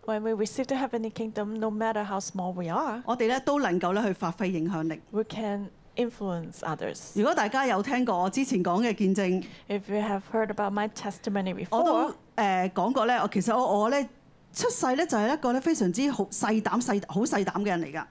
when we receive the heavenly kingdom, no matter how small we are, 我哋咧都能夠咧去發揮影響力。 we can influence others. 如果大家有聽過我之前講嘅見證， If you have heard about my testimony 我都 before, 誒講過咧，我其實我我咧出世咧就係一個咧非常之好細膽細好細膽嘅人嚟㗎。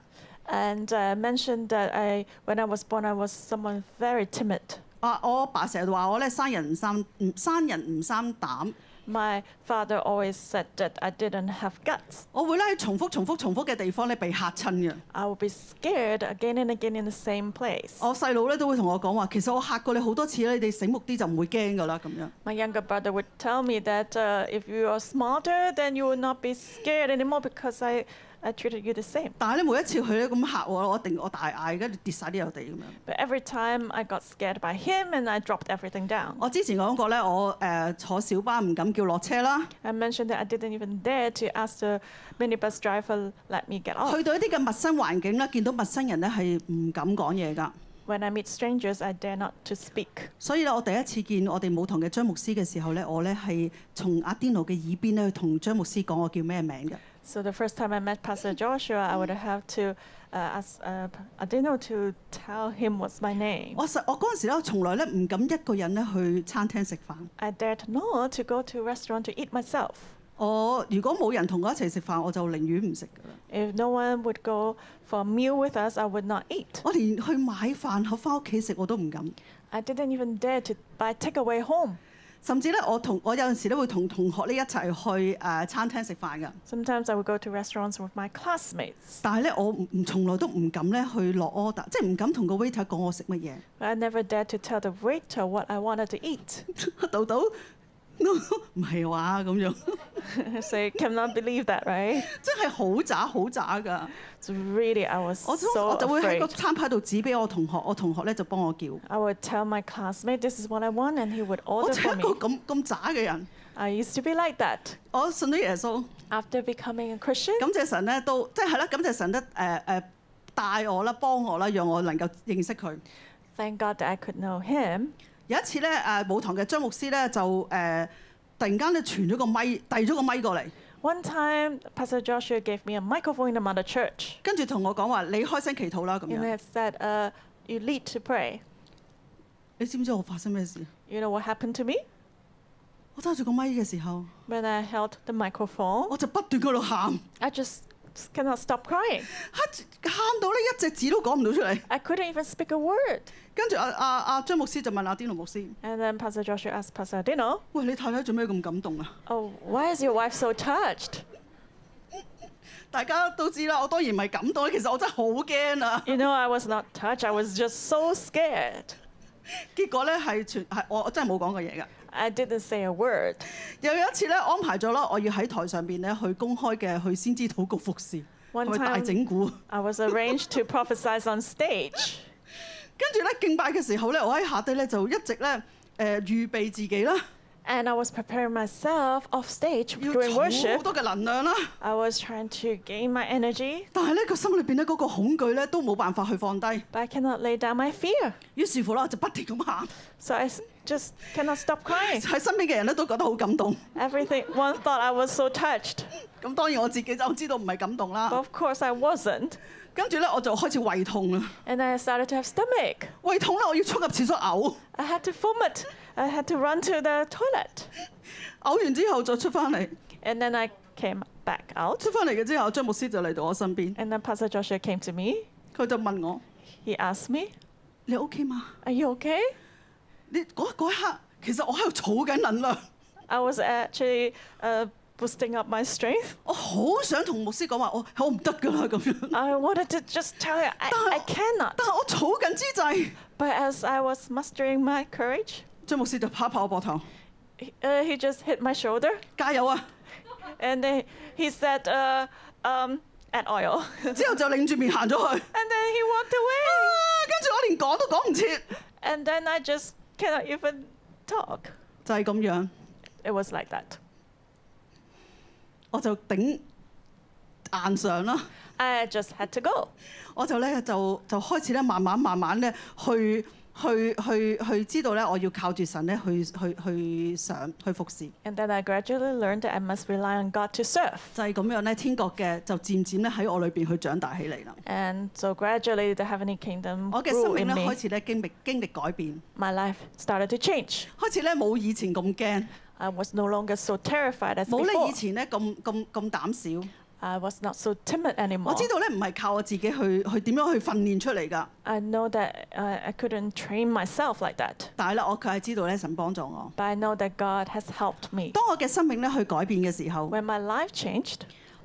and uh, mentioned that I, when I was born, I was someone very timid. 嗯啊！我阿爸成日話我咧生人唔生唔生人唔生膽， My father always said that I didn't have guts. 我會咧喺重複、重複、重複嘅地方咧被嚇親嘅。 I would be scared again and again in the same place. 我細佬咧都會同我講話，其實我嚇過你好多次咧，你哋醒目啲就唔會驚噶啦咁樣。 My younger brother would tell me that uh, if you are smarter, then you will not be scared anymore because I, I treated you the same. 但係咧每一次佢咧咁嚇我，我一定我大嗌，跟住跌晒啲油地咁樣。 But every time I got scared by him and I dropped everything down. 我之前講過咧，我誒、呃坐小巴唔敢叫落車啦， I mentioned that I didn't even dare to ask the minibus driver let me get off. 去到一啲嘅陌生環境咧，見到陌生人咧係唔敢講嘢㗎。 When I meet strangers, I dare not to speak. 所以咧，我第一次見我哋舞堂嘅張牧師嘅時候咧，我咧係從阿甸奴嘅耳邊咧去同張牧師講我叫咩名嘅。 So the first time I met Pastor Joshua, I would have to uh, ask uh, Adino to tell him what's my name. 我實我嗰陣時咧，我從來咧唔敢一個人咧去餐廳食飯。 I dared not to go to a restaurant to eat myself. 我如果冇人同我一齊食飯，我就寧願唔食㗎啦。 If no one would go for a meal with us, I would not eat. 我連去買飯盒翻屋企食我都唔敢。 I didn't even dare to buy takeaway home. 甚至咧，我同我有陣時咧會同同學咧一齊去誒、呃餐廳食飯㗎。 Sometimes I would go to restaurants with my classmates, 但係咧，我唔唔從來都唔敢咧去落 order，即係唔敢同個 waiter 講我食乜嘢。 but I never dared to tell the waiter what I wanted to eat. [laughs] [laughs] 豆豆， [laughs] 唔係話咁樣， [laughs] so you cannot believe that, right? 真係好渣好渣㗎。 So really, I was 我通 so 我就會喺 afraid. 個餐牌度指俾我同學，我同學咧就幫我叫。 I would tell my classmate this is what I want, and he would 我 order 就係 for 一 me. 個咁咁渣嘅人。 I used to be like that. 我信咗耶穌， After becoming a Christian, 感謝神咧都即係係啦，感謝神咧誒誒帶我啦，幫我啦，讓我能夠認識佢。 thank God that I could know him. 有一次咧誒、呃舞堂嘅張牧師咧就誒、呃突然間咧傳咗個咪，遞咗個咪過嚟， One time, Pastor Joshua gave me a microphone in the mother church, 跟住同我講話你開聲祈禱啦咁 and 樣。 it said, uh, "You lead to pray." 你知唔知我發生咩事？ You know what happened to me 我揸住個咪嘅時候， when I held the microphone? 我就不斷喺度喊， I just cannot stop crying. 喊到咧一隻字都講唔到出嚟。 I couldn't even speak a word. 跟住阿阿阿張牧師就問阿丁奴牧師：， And then Pastor Joshua asked Pastor Dino, 喂，你太太做咩咁感動啊？ "Oh, why is your wife so touched?" 大家都知啦，我當然唔係感動，其實我真係好驚啊！ You know, I was not touched. I was just so scared. 結果咧係全係我我真係冇講過嘢㗎。 I didn't say a word. 又有一次咧安排咗啦，我要喺台上邊咧去公開嘅去先知禱告服侍， One 係咪大 time- 整蠱？ I was arranged to prophesy on stage. 跟住咧敬拜嘅時候咧，我喺下低咧就一直咧誒、呃、預備自己啦， And I was preparing myself off stage 要 during 儲好 worship. 多嘅能量啦。 I was trying to gain my energy, 但係咧個心裏邊咧嗰個恐懼咧都冇辦法去放低， but I cannot lay down my fear. 於是乎咧我就不停咁喊， So I s- just cannot stop crying. 喺身邊嘅人咧都覺得好感動。 Everything, one thought I was so touched. 咁當然我自己就知道唔係感動 But 啦。 of course, I wasn't. 跟住咧我就開始胃痛啦， And I started to have stomach. 胃痛咧我要衝入廁所嘔， I had to vomit. I had to run to the toilet. 嘔完之後再出翻嚟， And then I came back out. 出翻嚟嘅之後張牧師就嚟到我身邊， And then Pastor Joshua came to me. 佢就問我： He asked me, 你 OK 嘛？ Are you okay? 你嗰嗰一刻其實我喺度儲緊能量， I was actually uh, boosting up my strength. 我好想同牧師講話，我我唔得㗎啦咁樣。 I wanted to just tell her I, I cannot. 但係我儲緊之際， But as I was mustering my courage, 張牧師就拍一拍我膊頭， he, uh, he just hit my shoulder 加油啊！ and then he said, uh, um, at oil. [laughs] 之後就擰住面行咗去，啊！ and then he walked away. 跟住我連講都講唔切， And then I just cannot even talk. 就係咁樣， It was like that. 我就頂硬上啦。 I just had to go. 我就咧就就開始咧慢慢慢慢咧去去去去知道咧我要靠住神咧去去去上去服侍， And then I gradually learned that I must rely on God to serve. 就係、咁樣咧天國嘅就漸漸咧喺我裏邊去長大起嚟啦。 And so gradually the heavenly kingdom 我嘅生 grew 命 in 咧 me. 開始咧經歷經歷改變， My life started to change. 開始咧冇以前咁驚， I was no longer so terrified as 冇咧 before. 以前咧咁咁咁膽小， I was not so timid 我 anymore. 知道咧，唔係靠我自己去去點樣去訓練出嚟㗎。 I know that uh, I, I couldn't train myself like that, 但係咧，我卻係知道咧，神幫助我。 but I know that God has helped me. 當我嘅生命咧去改變嘅時候， When my life changed,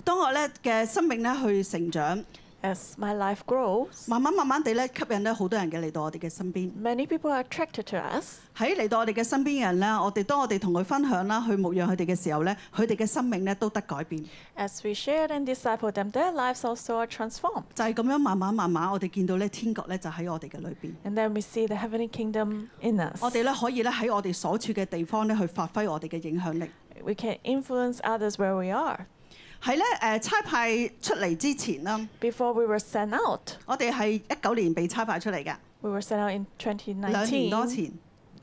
當我咧嘅生命咧去成長， as my life grows, 慢慢慢慢地咧吸引咧好多人嘅嚟到我哋嘅身邊。 many people are attracted to us. 喺嚟到我哋嘅身邊嘅人咧，我哋當我哋同佢分享啦，去牧養佢哋嘅時候咧，佢哋嘅生命咧都得改變。 As we shared and discipled them, their lives also are transformed. 就係咁樣慢慢慢慢，我哋見到咧天國咧就喺我哋嘅裏邊。 And then we see the heavenly kingdom in us. 我哋咧可以咧喺我哋所處嘅地方咧去發揮我哋嘅影響力。 We can influence others where we are. 喺咧誒差派出嚟之前啦， Before we were sent out, 我哋係一九年被差派出嚟嘅， we were sent out in 兩年多 2019, 前。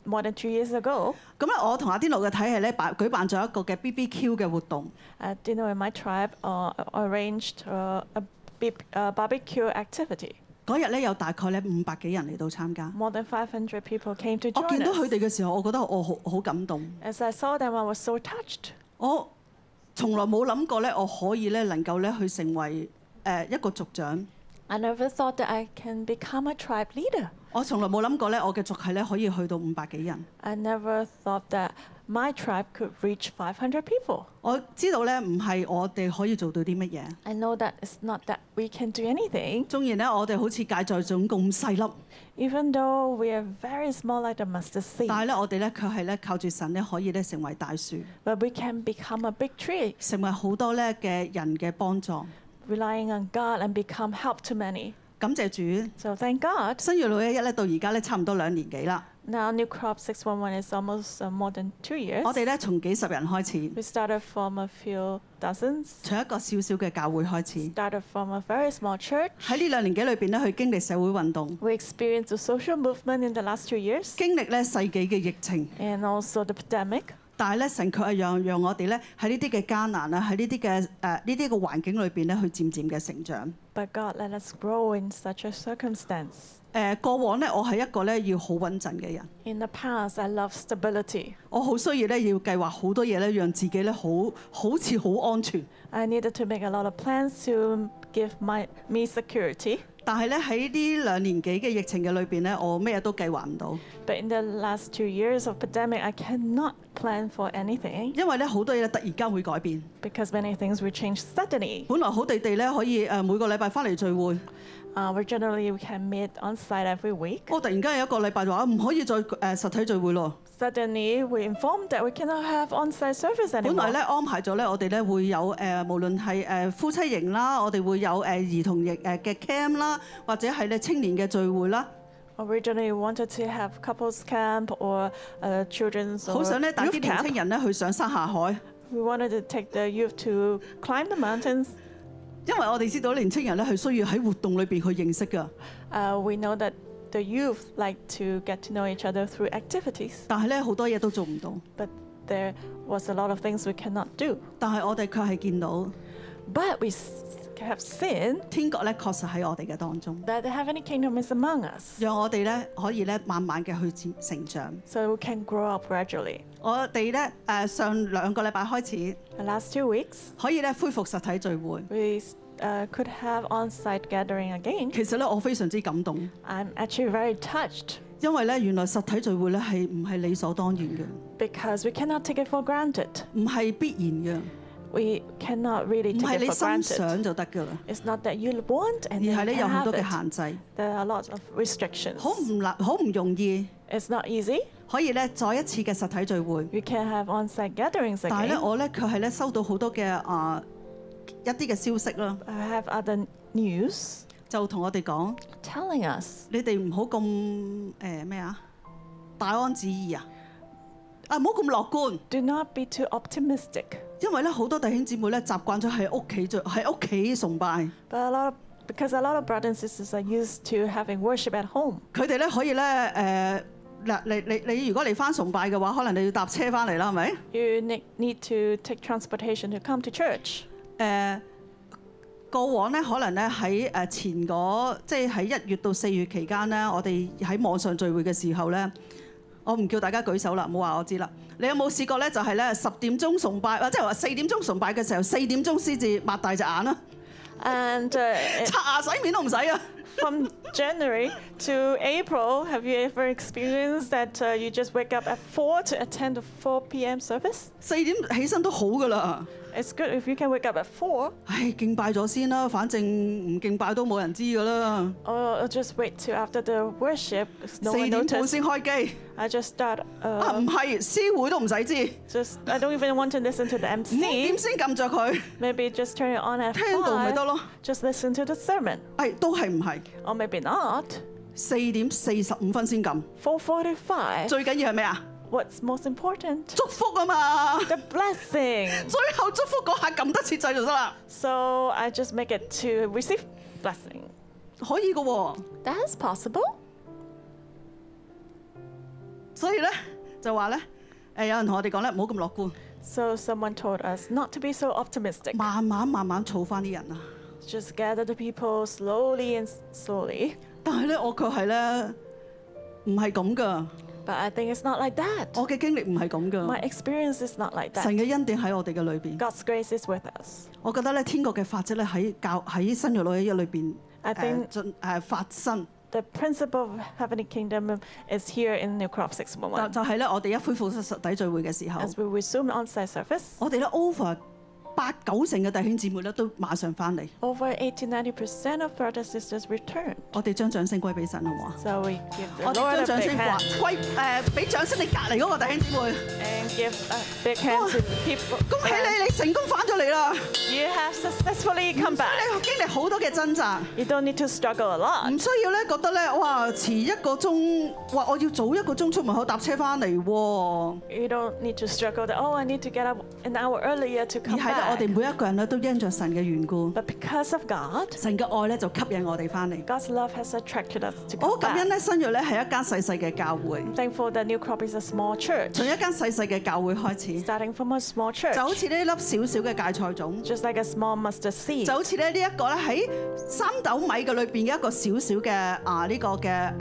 more than two years ago. 咁咧，我同阿天奴嘅體系咧辦舉辦咗一個嘅 BBQ 嘅活動。 At dinner in my tribe, uh, arranged uh, a big uh, barbecue activity. 嗰日咧有大概咧五百幾人嚟到參加。 More than 500 people came to 我見 join 到佢 us. 哋嘅時候，我覺得我好好感動。 As I saw them, I was so touched. 我從來冇諗過咧，我可以咧能夠咧去成為誒、呃一個族長。 I never thought that I can become a tribe leader. 我從來冇諗過咧，我嘅族系咧可以去到五百幾人。 I never thought that my tribe could reach 500 people. 我知道咧，唔係我哋可以做到啲乜嘢。 I know that it's not that we can do anything, 縱然咧，我哋好似芥在種咁細粒， even though we are very small like the mustard seed, 但係咧，我哋咧卻係咧靠住神咧，可以咧成為大樹， but we can become a big tree, 成為好多咧嘅人嘅幫助。 relying on God and become help to many. 感謝主， So thank God. 新月六一一咧到而家咧差唔多兩年幾啦。 Now New Crop 611 is almost uh, more than two years. 我哋咧從幾十人開始， We started from a few dozens, 從一個小小嘅教會開始。 started from a very small church. 喺呢兩年幾裏邊咧，去經歷社會運動， We experienced a social movement in the last two years 經歷咧世紀嘅疫情， and also the pandemic. 但係咧神卻係讓讓我哋咧喺呢啲嘅艱難啊，喺呢啲嘅誒呢啲嘅環境裏邊咧，去漸漸嘅成長。 But God let us grow in such a circumstance. 誒過往咧，我係一個咧要好穩陣嘅人， In the past, I loved stability. 我好需要咧要計劃好多嘢咧，讓自己咧好好似好安全。 I needed to make a lot of plans to give my me security. 但係咧喺呢兩年幾嘅疫情嘅裏邊咧，我咩都計劃唔到， But in the last two years of pandemic, I cannot plan for anything 因為咧好多嘢咧突然間會改變。 because many things will change suddenly. 本來好地地咧可以誒每個禮拜翻嚟聚會， Uh, we generally we can meet on site every week. 哦我突然間有一個禮拜就話啊唔可以再誒實體聚會咯。 Suddenly, we informed that we cannot have on-site service 本來 anymore. 咧安排咗咧，我哋咧會有誒、呃，無論係誒夫妻營啦，我哋會有誒、呃、兒童營誒嘅 cam 啦，或者係咧青年嘅聚會啦， Originally, we wanted to have couples camp or uh, children's 好 or 想咧帶啲 youth 年青 camp. 人咧去上山下海， We wanted to take the youth to climb the mountains. 因為我哋知道年青人咧係需要喺活動裏邊去認識㗎， Uh, we know that the youth like to get to know each other through activities. 但係咧好多嘢都做唔到， But there was a lot of things we cannot do. 但係我哋卻係見到 But we s- have seen 天國咧確實喺我哋嘅當中， that the heavenly kingdom is among us, 讓我哋咧可以咧慢慢嘅去漸成長。 so we can grow up gradually. 我哋咧誒上兩個禮拜開始 The last two weeks, 可以咧恢復實體聚會， we s- uh, could have on-site gathering again. 其實咧我非常之感動。 I'm actually very touched 因為咧，原來實體聚會咧係唔係理所當然嘅， because we cannot take it for granted. 唔係必然 We cannot 嘅，really 唔係 take 你 it for 心 granted. 想就得㗎啦， It's not that you want 而 and then 係 you 咧有 can 好 have 多嘅 it. 限制， There are lots of restrictions. 好唔難，好唔容易 It's not easy. 可以咧再一次嘅實體聚會， We can have on-site gatherings 但係咧 again. 我咧卻係咧收到好多嘅啊、一啲嘅消息啦， I have other news 就同我哋講， telling us 你哋唔好咁誒咩啊，大安旨意啊，啊唔好咁樂觀， do not be too optimistic. 因為咧好多弟兄姊妹咧習慣咗喺屋企聚，喺屋企崇拜。 But a lot of, because a lot of brothers and sisters are used to having worship at home. 佢哋咧可以咧誒嗱，你你你如果嚟翻崇拜嘅話，可能你要搭車翻嚟啦，係咪？誒、 You ne- need to take transportation to come to church. 呃過往咧可能咧喺誒前嗰即係喺一月到四月期間咧，我哋喺網上聚會嘅時候咧，我唔叫大家舉手啦，冇話我知啦。你有冇試過咧？就係咧十點鐘崇拜，或者係話四點鐘崇拜嘅時候，四點鐘先至擘大隻眼啦， And uh, it- 刷牙洗面都唔使啊！ from January to April, have you ever experienced that uh, you just wake up at 4 to attend a 4 p.m. service? 四點起身都好噶啦。 It's good if you can wake up at 4唉，敬拜咗先啦，反正唔敬拜都冇人知噶啦。 or just wait till after the worship. It's No 四 one 點半 noticed. 先開機， I just start. 啊 Uh, 唔係，師會都唔使知， just I don't even want to listen to the [laughs] 五點 MC. 先撳着佢， Maybe just turn it on at 聽到咪得 five. 咯。 Just listen to the sermon, 唉，哎都係唔係？ or maybe not. 四點四十五分先撳， 4:45. 最緊要係咩啊？ What's most important? 祝福啊嘛！ The blessing. 最後祝福嗰下撳得切掣就得啦， So I just make it to receive blessing. 可以噶喎、 That's possible. 所以咧就話咧，誒有人同我哋講咧，唔好咁樂觀， So someone told us not to be so optimistic. 慢慢慢慢儲翻啲人啊。 Just gather the people slowly and s- slowly. 但係咧，我卻係咧唔係咁噶， But I think it's not like that. 我嘅經歷唔係咁噶。 My experience is not like 神 that. 嘅恩典喺我哋嘅裏邊， God's grace is with us. 我覺得咧天國嘅法則咧喺教喺新約裏嘅裏邊 I 誒 think- 進誒發生， The principle of heavenly kingdom is here in New Crop 611. 但就係咧我哋一恢復實體聚會嘅時候， As we resume on-site service, 我哋咧 over 八九成嘅弟兄姊妹咧都馬上翻嚟， over 80 90% of brothers and sisters returned. 我哋將掌聲歸俾神好唔好啊？ So we give the 我哋 Lord 將 a 掌 big 聲 hand 歸誒俾掌聲你隔離嗰個弟兄姊妹， and give a big hand to the people. 恭喜你你成功翻咗嚟啦！ You have successfully come 所 back. 以你經歷好多嘅掙扎， You don't need to struggle a 唔 lot. 需要咧覺得咧哇遲一個鐘，哇我要早一個鐘出門口搭車翻嚟喎。 You don't need to struggle that, oh, I need to get up an hour earlier to 而 come 係咧，我 back. 哋每一個人咧都因着神嘅緣故， But because of God, 神嘅愛咧就吸引我哋翻嚟。 God's love has attracted us to 我好 come 感恩 back. 咧，新約咧係一間細細嘅教會， I'm thankful that New Crop is a small church, 從一間細細嘅教會開始， starting from a small 就好 church, 似呢粒小小嘅芥菜種， just like a small mustard seed. 就好似咧呢一個咧喺三斗米嘅裏邊嘅一個小小嘅啊呢個嘅誒誒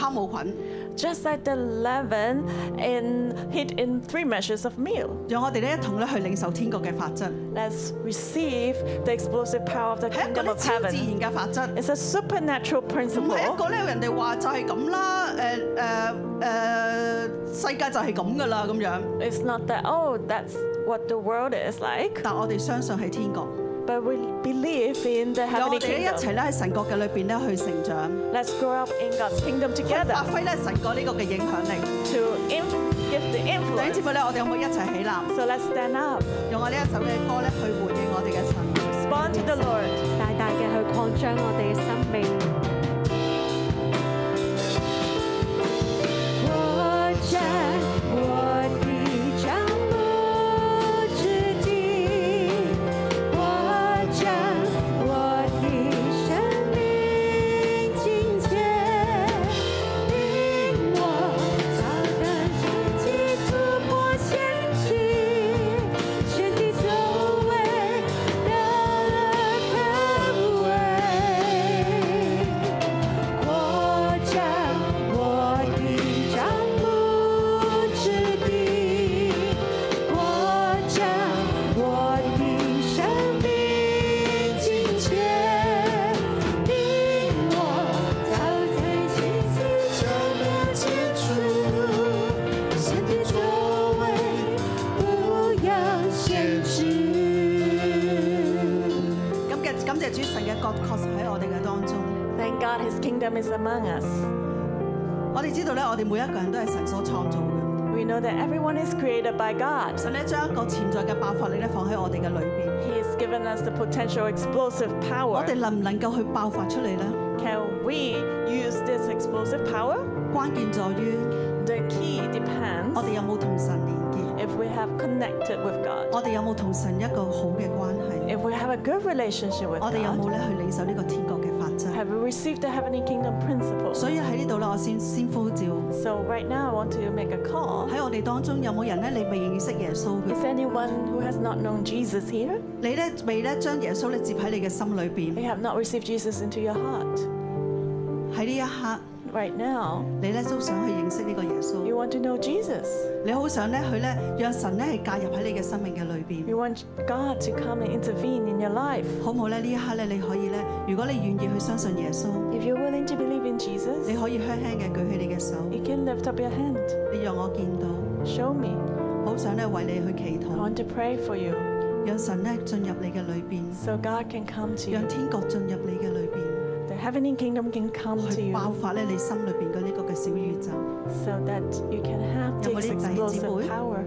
酵母菌， Just like the leaven in, hid in three measures of meal. 讓我哋咧一同咧去領受天國嘅法則， Let's receive the explosive power of the 係一個 kingdom 咧 of 超自 heaven. 然嘅法則。 It's a supernatural 唔係一 principle. 個咧，人哋話就係咁啦，誒誒誒，世界就係咁噶啦咁樣。 It's not that, oh, that's what the world is like. 但我哋相信係天國。 But we believe in the 讓我 heavenly 哋咧一 kingdom. 齊咧喺神國嘅裏邊咧去成長， Let's grow up in God's kingdom 發 together 揮咧神國呢個嘅影響力。 to inf- give 弟 the 兄 influence. 姊妹咧，我哋可唔可以一齊起立， So let's stand up, 用我呢一首嘅歌咧去回應我哋嘅神？ respond to the Lord. 大大嘅去擴張我哋嘅生命。我站我的帐幕之地，我站我的生命境界，令我造的神迹突破限制，神的作为到了高位。扩展我的帐幕之地，扩展我的生命境界，令我早在心思就了解出，神的作为不要限制。咁嘅感謝主，神嘅國確實喺我哋嘅當中。 Thank God his kingdom is among us. 我哋知道咧，我哋每一個人都係神所創造嘅。 We know that everyone is created by God. 神咧將一個潛在嘅爆發力咧放喺我哋嘅裏邊， He has given us the potential explosive 我 power. 哋能唔能夠去爆發出嚟咧？ Can we use this explosive power? 關鍵在於 The key 我哋 depends 有冇同神連結， if we have connected with God, 我哋有冇同神一個好嘅關係， if we have a good relationship with 我哋有冇 God. 咧去領受呢個天國嘅法則？ Have we received the heavenly kingdom principle? 所以喺呢度咧，我先先呼召 So right now I want to make a call. 喺我哋當中有冇人咧，你未認識耶穌嘅 Is？anyone who has not known Jesus here? 你咧未咧將耶穌咧接喺你嘅心裏邊？ You have not received Jesus into your heart. 喺呢一刻， right now, 你咧都想去認識呢個耶 you 穌， want to know Jesus. 你好想咧佢咧讓神咧係介入喺你嘅生命嘅裏邊， You want God to come and intervene in your life. 好唔好咧？呢一刻咧你可以咧，如果你願意去相信耶穌， If you're willing to believe in 你 Jesus, 可以輕輕嘅舉起你嘅手， you can lift up your hand. 你讓我見到， Show me. 好想咧為你去祈 I 禱， want to pray for you 讓神咧進入你嘅裏邊， so God can come to 讓 you. 天國進入你嘅裏邊， The heavenly kingdom can come to 去 you 爆發咧你心裏邊嘅呢個嘅小宇宙。 so that you can have Dạ, this mọi người, chị Bùi. explosive power.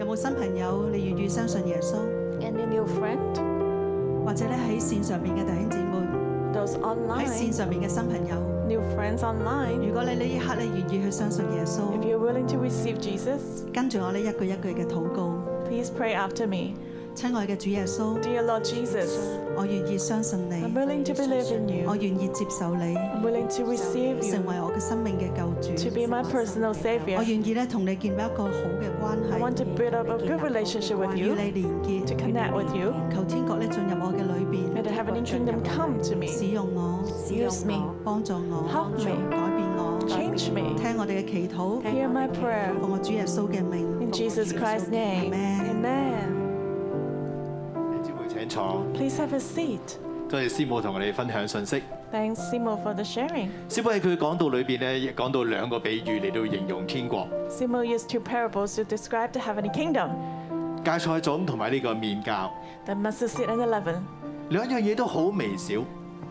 有冇新朋友你願意相信耶穌， And a new friend, 或者咧喺線上面嘅弟兄姊妹， those 喺線 online, 上面嘅新朋友？ new friends online, 如果你呢一刻你願意去相信耶穌 if，you're willing to receive Jesus, 跟住我呢一句一句嘅禱告， please pray after me. 親愛嘅主耶穌， Dear Lord Jesus, 我願意相信 I'm 你， willing to believe in 我 you. Oh, 願意接受你， I'm willing to receive 成 you 為我嘅生命嘅救 to 主。 be my personal 我 savior. 願意咧同你建立一個好嘅關 I want 係， to build up a good relationship with 與 you, 你連 to 結。 connect with you. 求天國咧進入我嘅裏 May 邊， the heavenly kingdom come to 使 me, 用我， Use me. 幫助我， Help me. 改變我， change me, 聽我哋嘅祈禱， hear my prayer. 奉我主耶穌嘅名 In。Jesus Christ's name. Amen. Amen. 姊妹請坐， Please have a seat. 多謝師母同我哋分享信息。 Thanks, Simo, for the sharing. 師母喺佢講道裏邊咧，亦講到兩個比喻嚟到形容天國， Simo used two parables to describe the heavenly kingdom, 芥菜種同埋呢個面教， the mustard seed and the leaven. 兩樣嘢都好微小。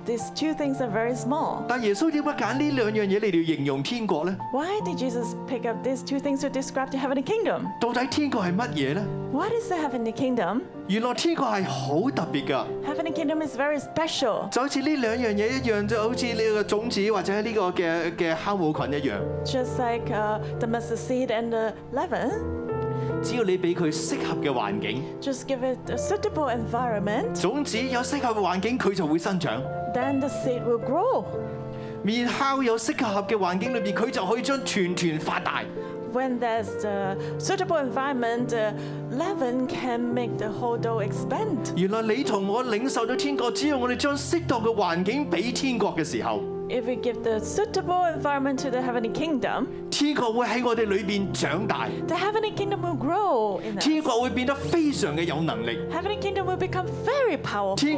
These two things are very small. 但耶穌點解揀呢兩樣嘢嚟到形容天國呢？ Why did Jesus pick up these two things to describe the heavenly kingdom? 到底天國係乜嘢呢？ What is the heavenly kingdom? 原來天國係好特別㗎， Heavenly kingdom is very special, 就好似呢兩樣嘢一樣，就好似呢個種子或者呢個嘅嘅酵母菌一樣。 just like uh, the mustard seed and the leaven. 只要你俾佢適合嘅環境， Just give it a suitable environment, 種子有適合嘅環境，佢就會生長。 then the seed will grow. 面烤有適合嘅環境裏邊，佢就可以將團團發大。 When there's the suitable environment, the leaven can make the whole dough expand. 原來你同我領受咗天國，只要我哋將適當嘅環境俾天國嘅時候， If we give the suitable environment to the heavenly kingdom, 天國會喺我哋裏邊長大， the heavenly kingdom will grow in us. 天國會變得非常嘅有能力。 Heavenly kingdom will become very 天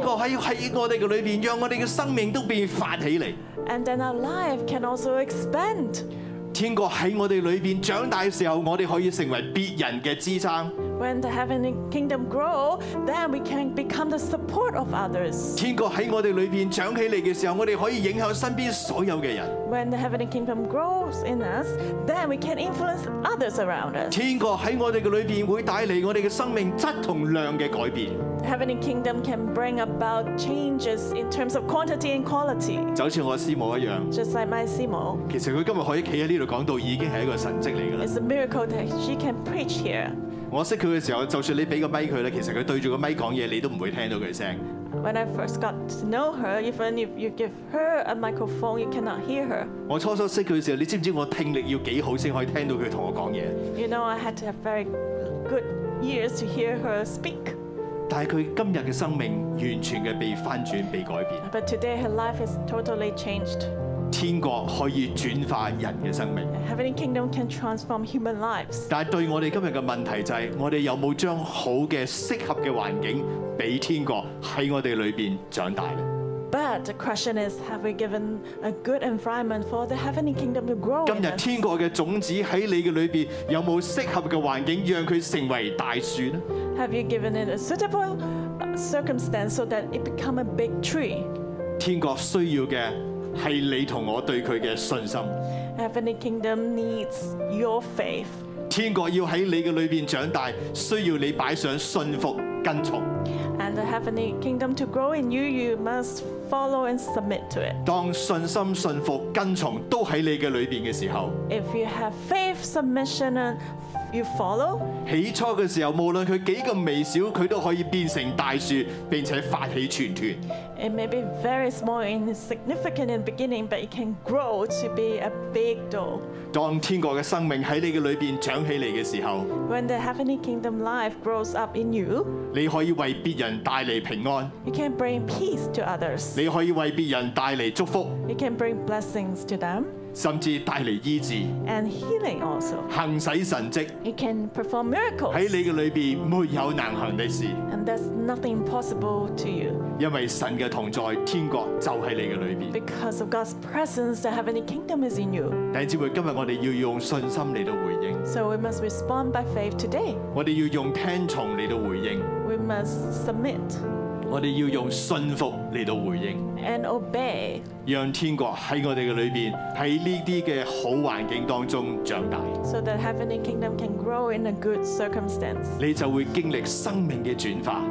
powerful. 國喺喺我哋嘅裏邊，讓我哋嘅生命都變發起嚟。 And then our life can also expand. 天國喺我哋裏邊長大嘅時候，我哋可以成為別人嘅支撐。 When the heavenly kingdom grow, then we can become the support of others. 天國喺我哋裏邊長起嚟嘅時候，我哋可以影響身邊所有嘅人。 When the heavenly kingdom grows in us, then we can influence others around us. 天國喺我哋嘅裏邊會帶嚟我哋嘅生命質同量嘅改變。 The heavenly kingdom can bring about changes in terms of quantity and quality. 就好似我師母一樣， Just like my Simo, 其實佢今日可以企喺呢度講到，已經係一個神蹟嚟㗎啦。 it's a miracle that she can preach here. 我識佢嘅時候，就算你俾個咪佢咧，其實佢對住個咪講嘢，你都唔會聽到佢聲。 When I first got to know her, even if you give her a microphone, you cannot hear her. 我初初識佢嘅時候，你知唔知我聽力要幾好先可以聽到佢同我講嘢？ You know, I had to have very good ears to hear her speak. 但係佢今日嘅生命完全嘅被翻轉、被改變。 But today her life is totally changed. 天國可以轉化人嘅生命， The heavenly kingdom can transform human lives. 但係對我哋今日嘅問題就係、我哋有冇將好嘅、適合嘅環境俾天國喺我哋裏邊長大咧？ But the question is, have we given a good environment for the heavenly kingdom to grow? 今 in 日 us? 天國嘅種子喺你嘅裏邊有冇適合嘅環境，讓佢成為大樹呢？ Have you given it a suitable uh, circumstance so that it become a big tree? 天國需要嘅係你同我對佢嘅信心。 Heavenly kingdom needs your faith. 天國要喺你嘅裏邊長大，需要你擺上信服跟從。 And the heavenly kingdom to grow in you, you must follow and submit to it. 當信心、信服、跟從都喺你嘅裏邊嘅時候， If you have faith, submission, and you follow, 起初嘅時候，無論佢幾咁微小，佢都可以變成大樹，並且發起全團。 it may be very small and insignificant in the beginning, but it can grow to be a big door. 當天國嘅生命喺你嘅裏邊長起嚟嘅時候， When the heavenly kingdom life grows up in you, 你可以為別人帶嚟平安， you can bring peace to others. 你可以為別人帶嚟祝福， You can bring blessings to them. 甚至帶嚟醫治、 and healing also. 行使神蹟。 It can perform miracles, 喺你嘅裏邊沒有難行的事， and there's nothing impossible to you. 因為神嘅同在，天國就喺你嘅裏邊。 Because of God's presence, the heavenly kingdom is in you. 弟兄姊妹，今日我哋要用信心嚟到回應， So we must respond by faith today. 我哋要用聽從嚟到回應， We must submit 我哋要用信服嚟到回應。 and obey 讓天國喺我哋嘅裏邊，喺呢啲嘅好環境當中長大， so that heavenly kingdom can grow in a good circumstance. 你就會經歷生命嘅轉化，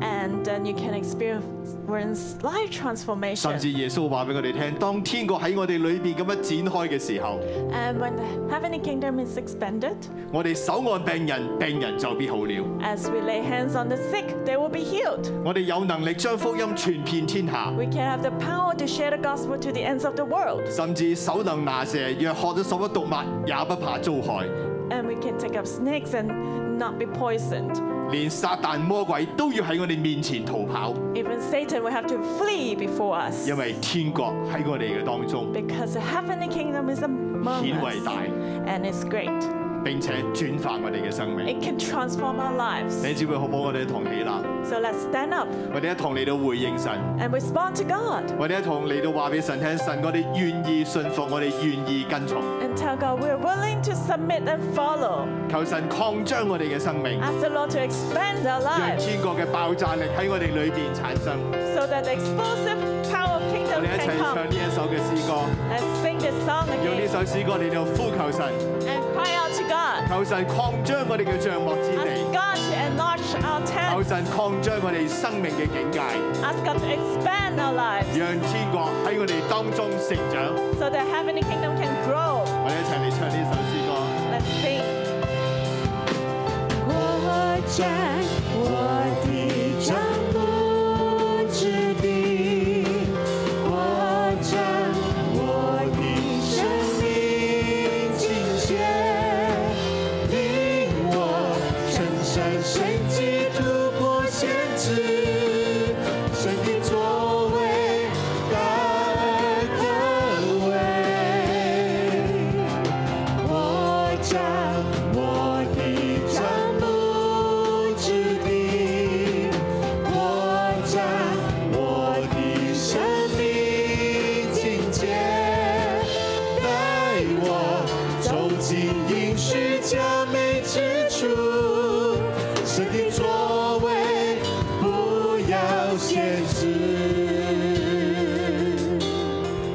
And then you can experience life 甚 transformation. 至耶穌話俾我哋聽，當天國喺我哋裏邊咁樣展開嘅時候， And when the heavenly kingdom is expanded, 我哋手按病人，病人就必好了。 as we lay hands on the sick, they will be healed. 我哋有能力將福音傳遍天下， We can have the power to share the gospel to the ends of the world. 甚至手能拿蛇，若學咗什麼毒物，也不怕遭害， And we can take up snakes and not be poisoned. 連撒旦魔鬼都要喺我哋面前逃跑， Even Satan will have to flee before us. 因為天國喺我哋嘅當中， Because the heavenly kingdom is among 顯 us. 為大， And it's great. 並且轉化我哋嘅生命。 It can transform our lives. 你姊妹好唔好？我哋一同起立， So let's stand up 我哋一同嚟到回應神， and respond to God 我哋一同嚟到話俾神聽，神我哋願意信服，我哋願意跟從， and tell God we're willing to submit and follow. 求神擴張我哋嘅生命， Ask the Lord to expand our 讓 lives 天國嘅爆炸力喺我哋裏邊產生。 so that the explosive power of 我 kingdom 哋一齊 can 唱 come. 呢一首嘅詩歌， Let's sing this song 用呢 again 首詩歌嚟到呼求神， and cry out to God. 求神擴張我哋嘅帳幕之 Ask 地， God to enlarge our 求 tent. 神擴張我哋生命嘅境界， Ask God to expand our lives 讓天國喺我哋當中成長。 so the heavenly kingdom can grow. 我哋一齊嚟唱呢首詩歌。 Let's sing. 扩展我的帐幕之地，扩展我的生命境界，令我乘山神迹突破限制，神的作为大而可畏。我将我的帐幕之地，我将我的生命境界，带我走进应许佳美之处，神的作为不要限制。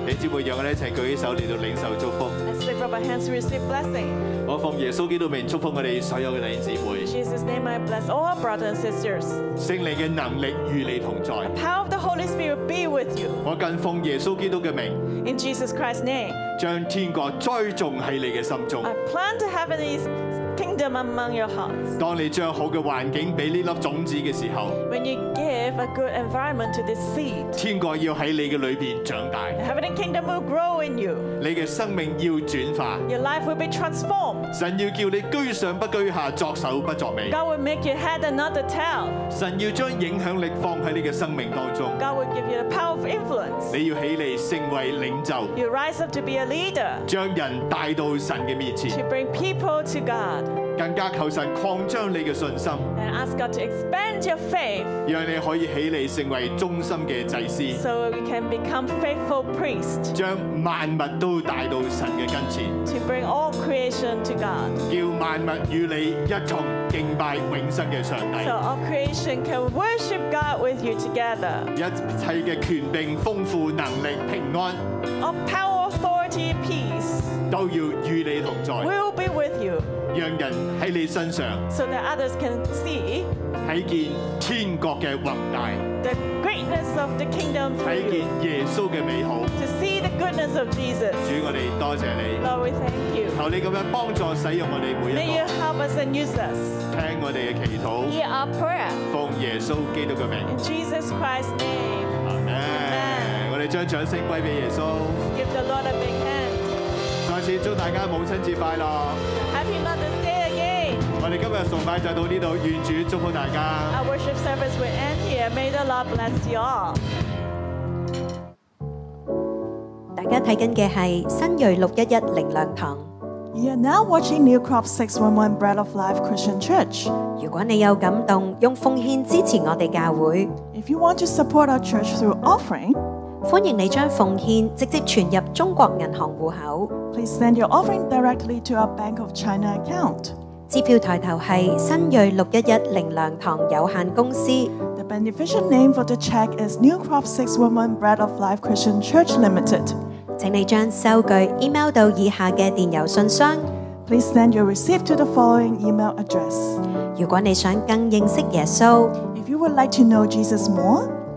你姊妹，讓我哋一齊舉起手嚟到領受祝福。 Let's lift up our hands to receive blessing. 我奉耶穌基督名祝福我哋所有嘅弟兄姊妹， In Jesus' name I bless all our brothers and sisters. 聖靈嘅能力與你同在。 Power of the Holy Spirit be with you. 我更奉耶穌基督嘅名， In Jesus Christ's name, 將天國栽種喺你嘅心中 I。plant the heavenly kingdom among your hearts. 當你將好嘅環境俾呢粒種子嘅時候， When you give a good environment to this seed, 天國要喺你嘅裏邊長大， the heavenly kingdom will grow in you. 你嘅生命要轉化。 Your life will be transformed. 神要叫你居上不居下，作首不作尾。 God will make your head and not the tail. 神要將影響力放喺你嘅生命當中， God will give you the power of influence. 你要起嚟成為領袖， You rise up to be a leader, 將人帶到神嘅面前。 to bring people to God, 更加求神擴張你嘅信心， and ask God to expand your faith 讓你可以起嚟成為忠心嘅祭司， so you can become faithful priests 將萬物都帶到神嘅跟前， to bring all creation to God. 叫萬物與你一同敬拜永生嘅上 So 帝。 all creation can worship God with you together. 一切嘅權柄、豐富能力、平安， All power, authority, peace 都要與你同在， will be with you 讓人喺你身上 so that others can see 睇見天國嘅宏大， the greatness of the kingdom through 睇 you, 見耶穌嘅美好。 to see the goodness of Jesus. 主，我哋多謝你， Lord, we thank you. 求你咁樣幫助使用我哋每一 May 個 you，help us and use us. 聽我哋嘅祈禱， Hear our prayer. 奉耶穌基督嘅名。 In Jesus Christ's name, 我哋將掌聲歸俾耶穌， give the Lord a big hand. 再次祝大家母親節快樂！ Happy Mother's Day again. 我哋今日崇拜就到呢度，願主祝福大家。 Our worship service will end here. May the Lord bless you all. 大家家睇緊嘅係新锐六一一靈糧堂。 You are now watching New Crop 611 Bread of Life Christian Church. 如果你有感動，用奉獻支持我哋教會， If you want to support our church through offering, 歡迎你將奉獻直接存入中國銀行户口。 please send your offering directly to our Bank of China account. 支票抬頭係新锐六一一靈糧堂有限公司， The beneficial name for the check is New Crop 611 Bread of Life Christian Church Limited. 請你將收據 email 到以下嘅電郵信箱。 Please send your receipt to the following email address. 如果你想更認識耶穌， If you would like to know Jesus more,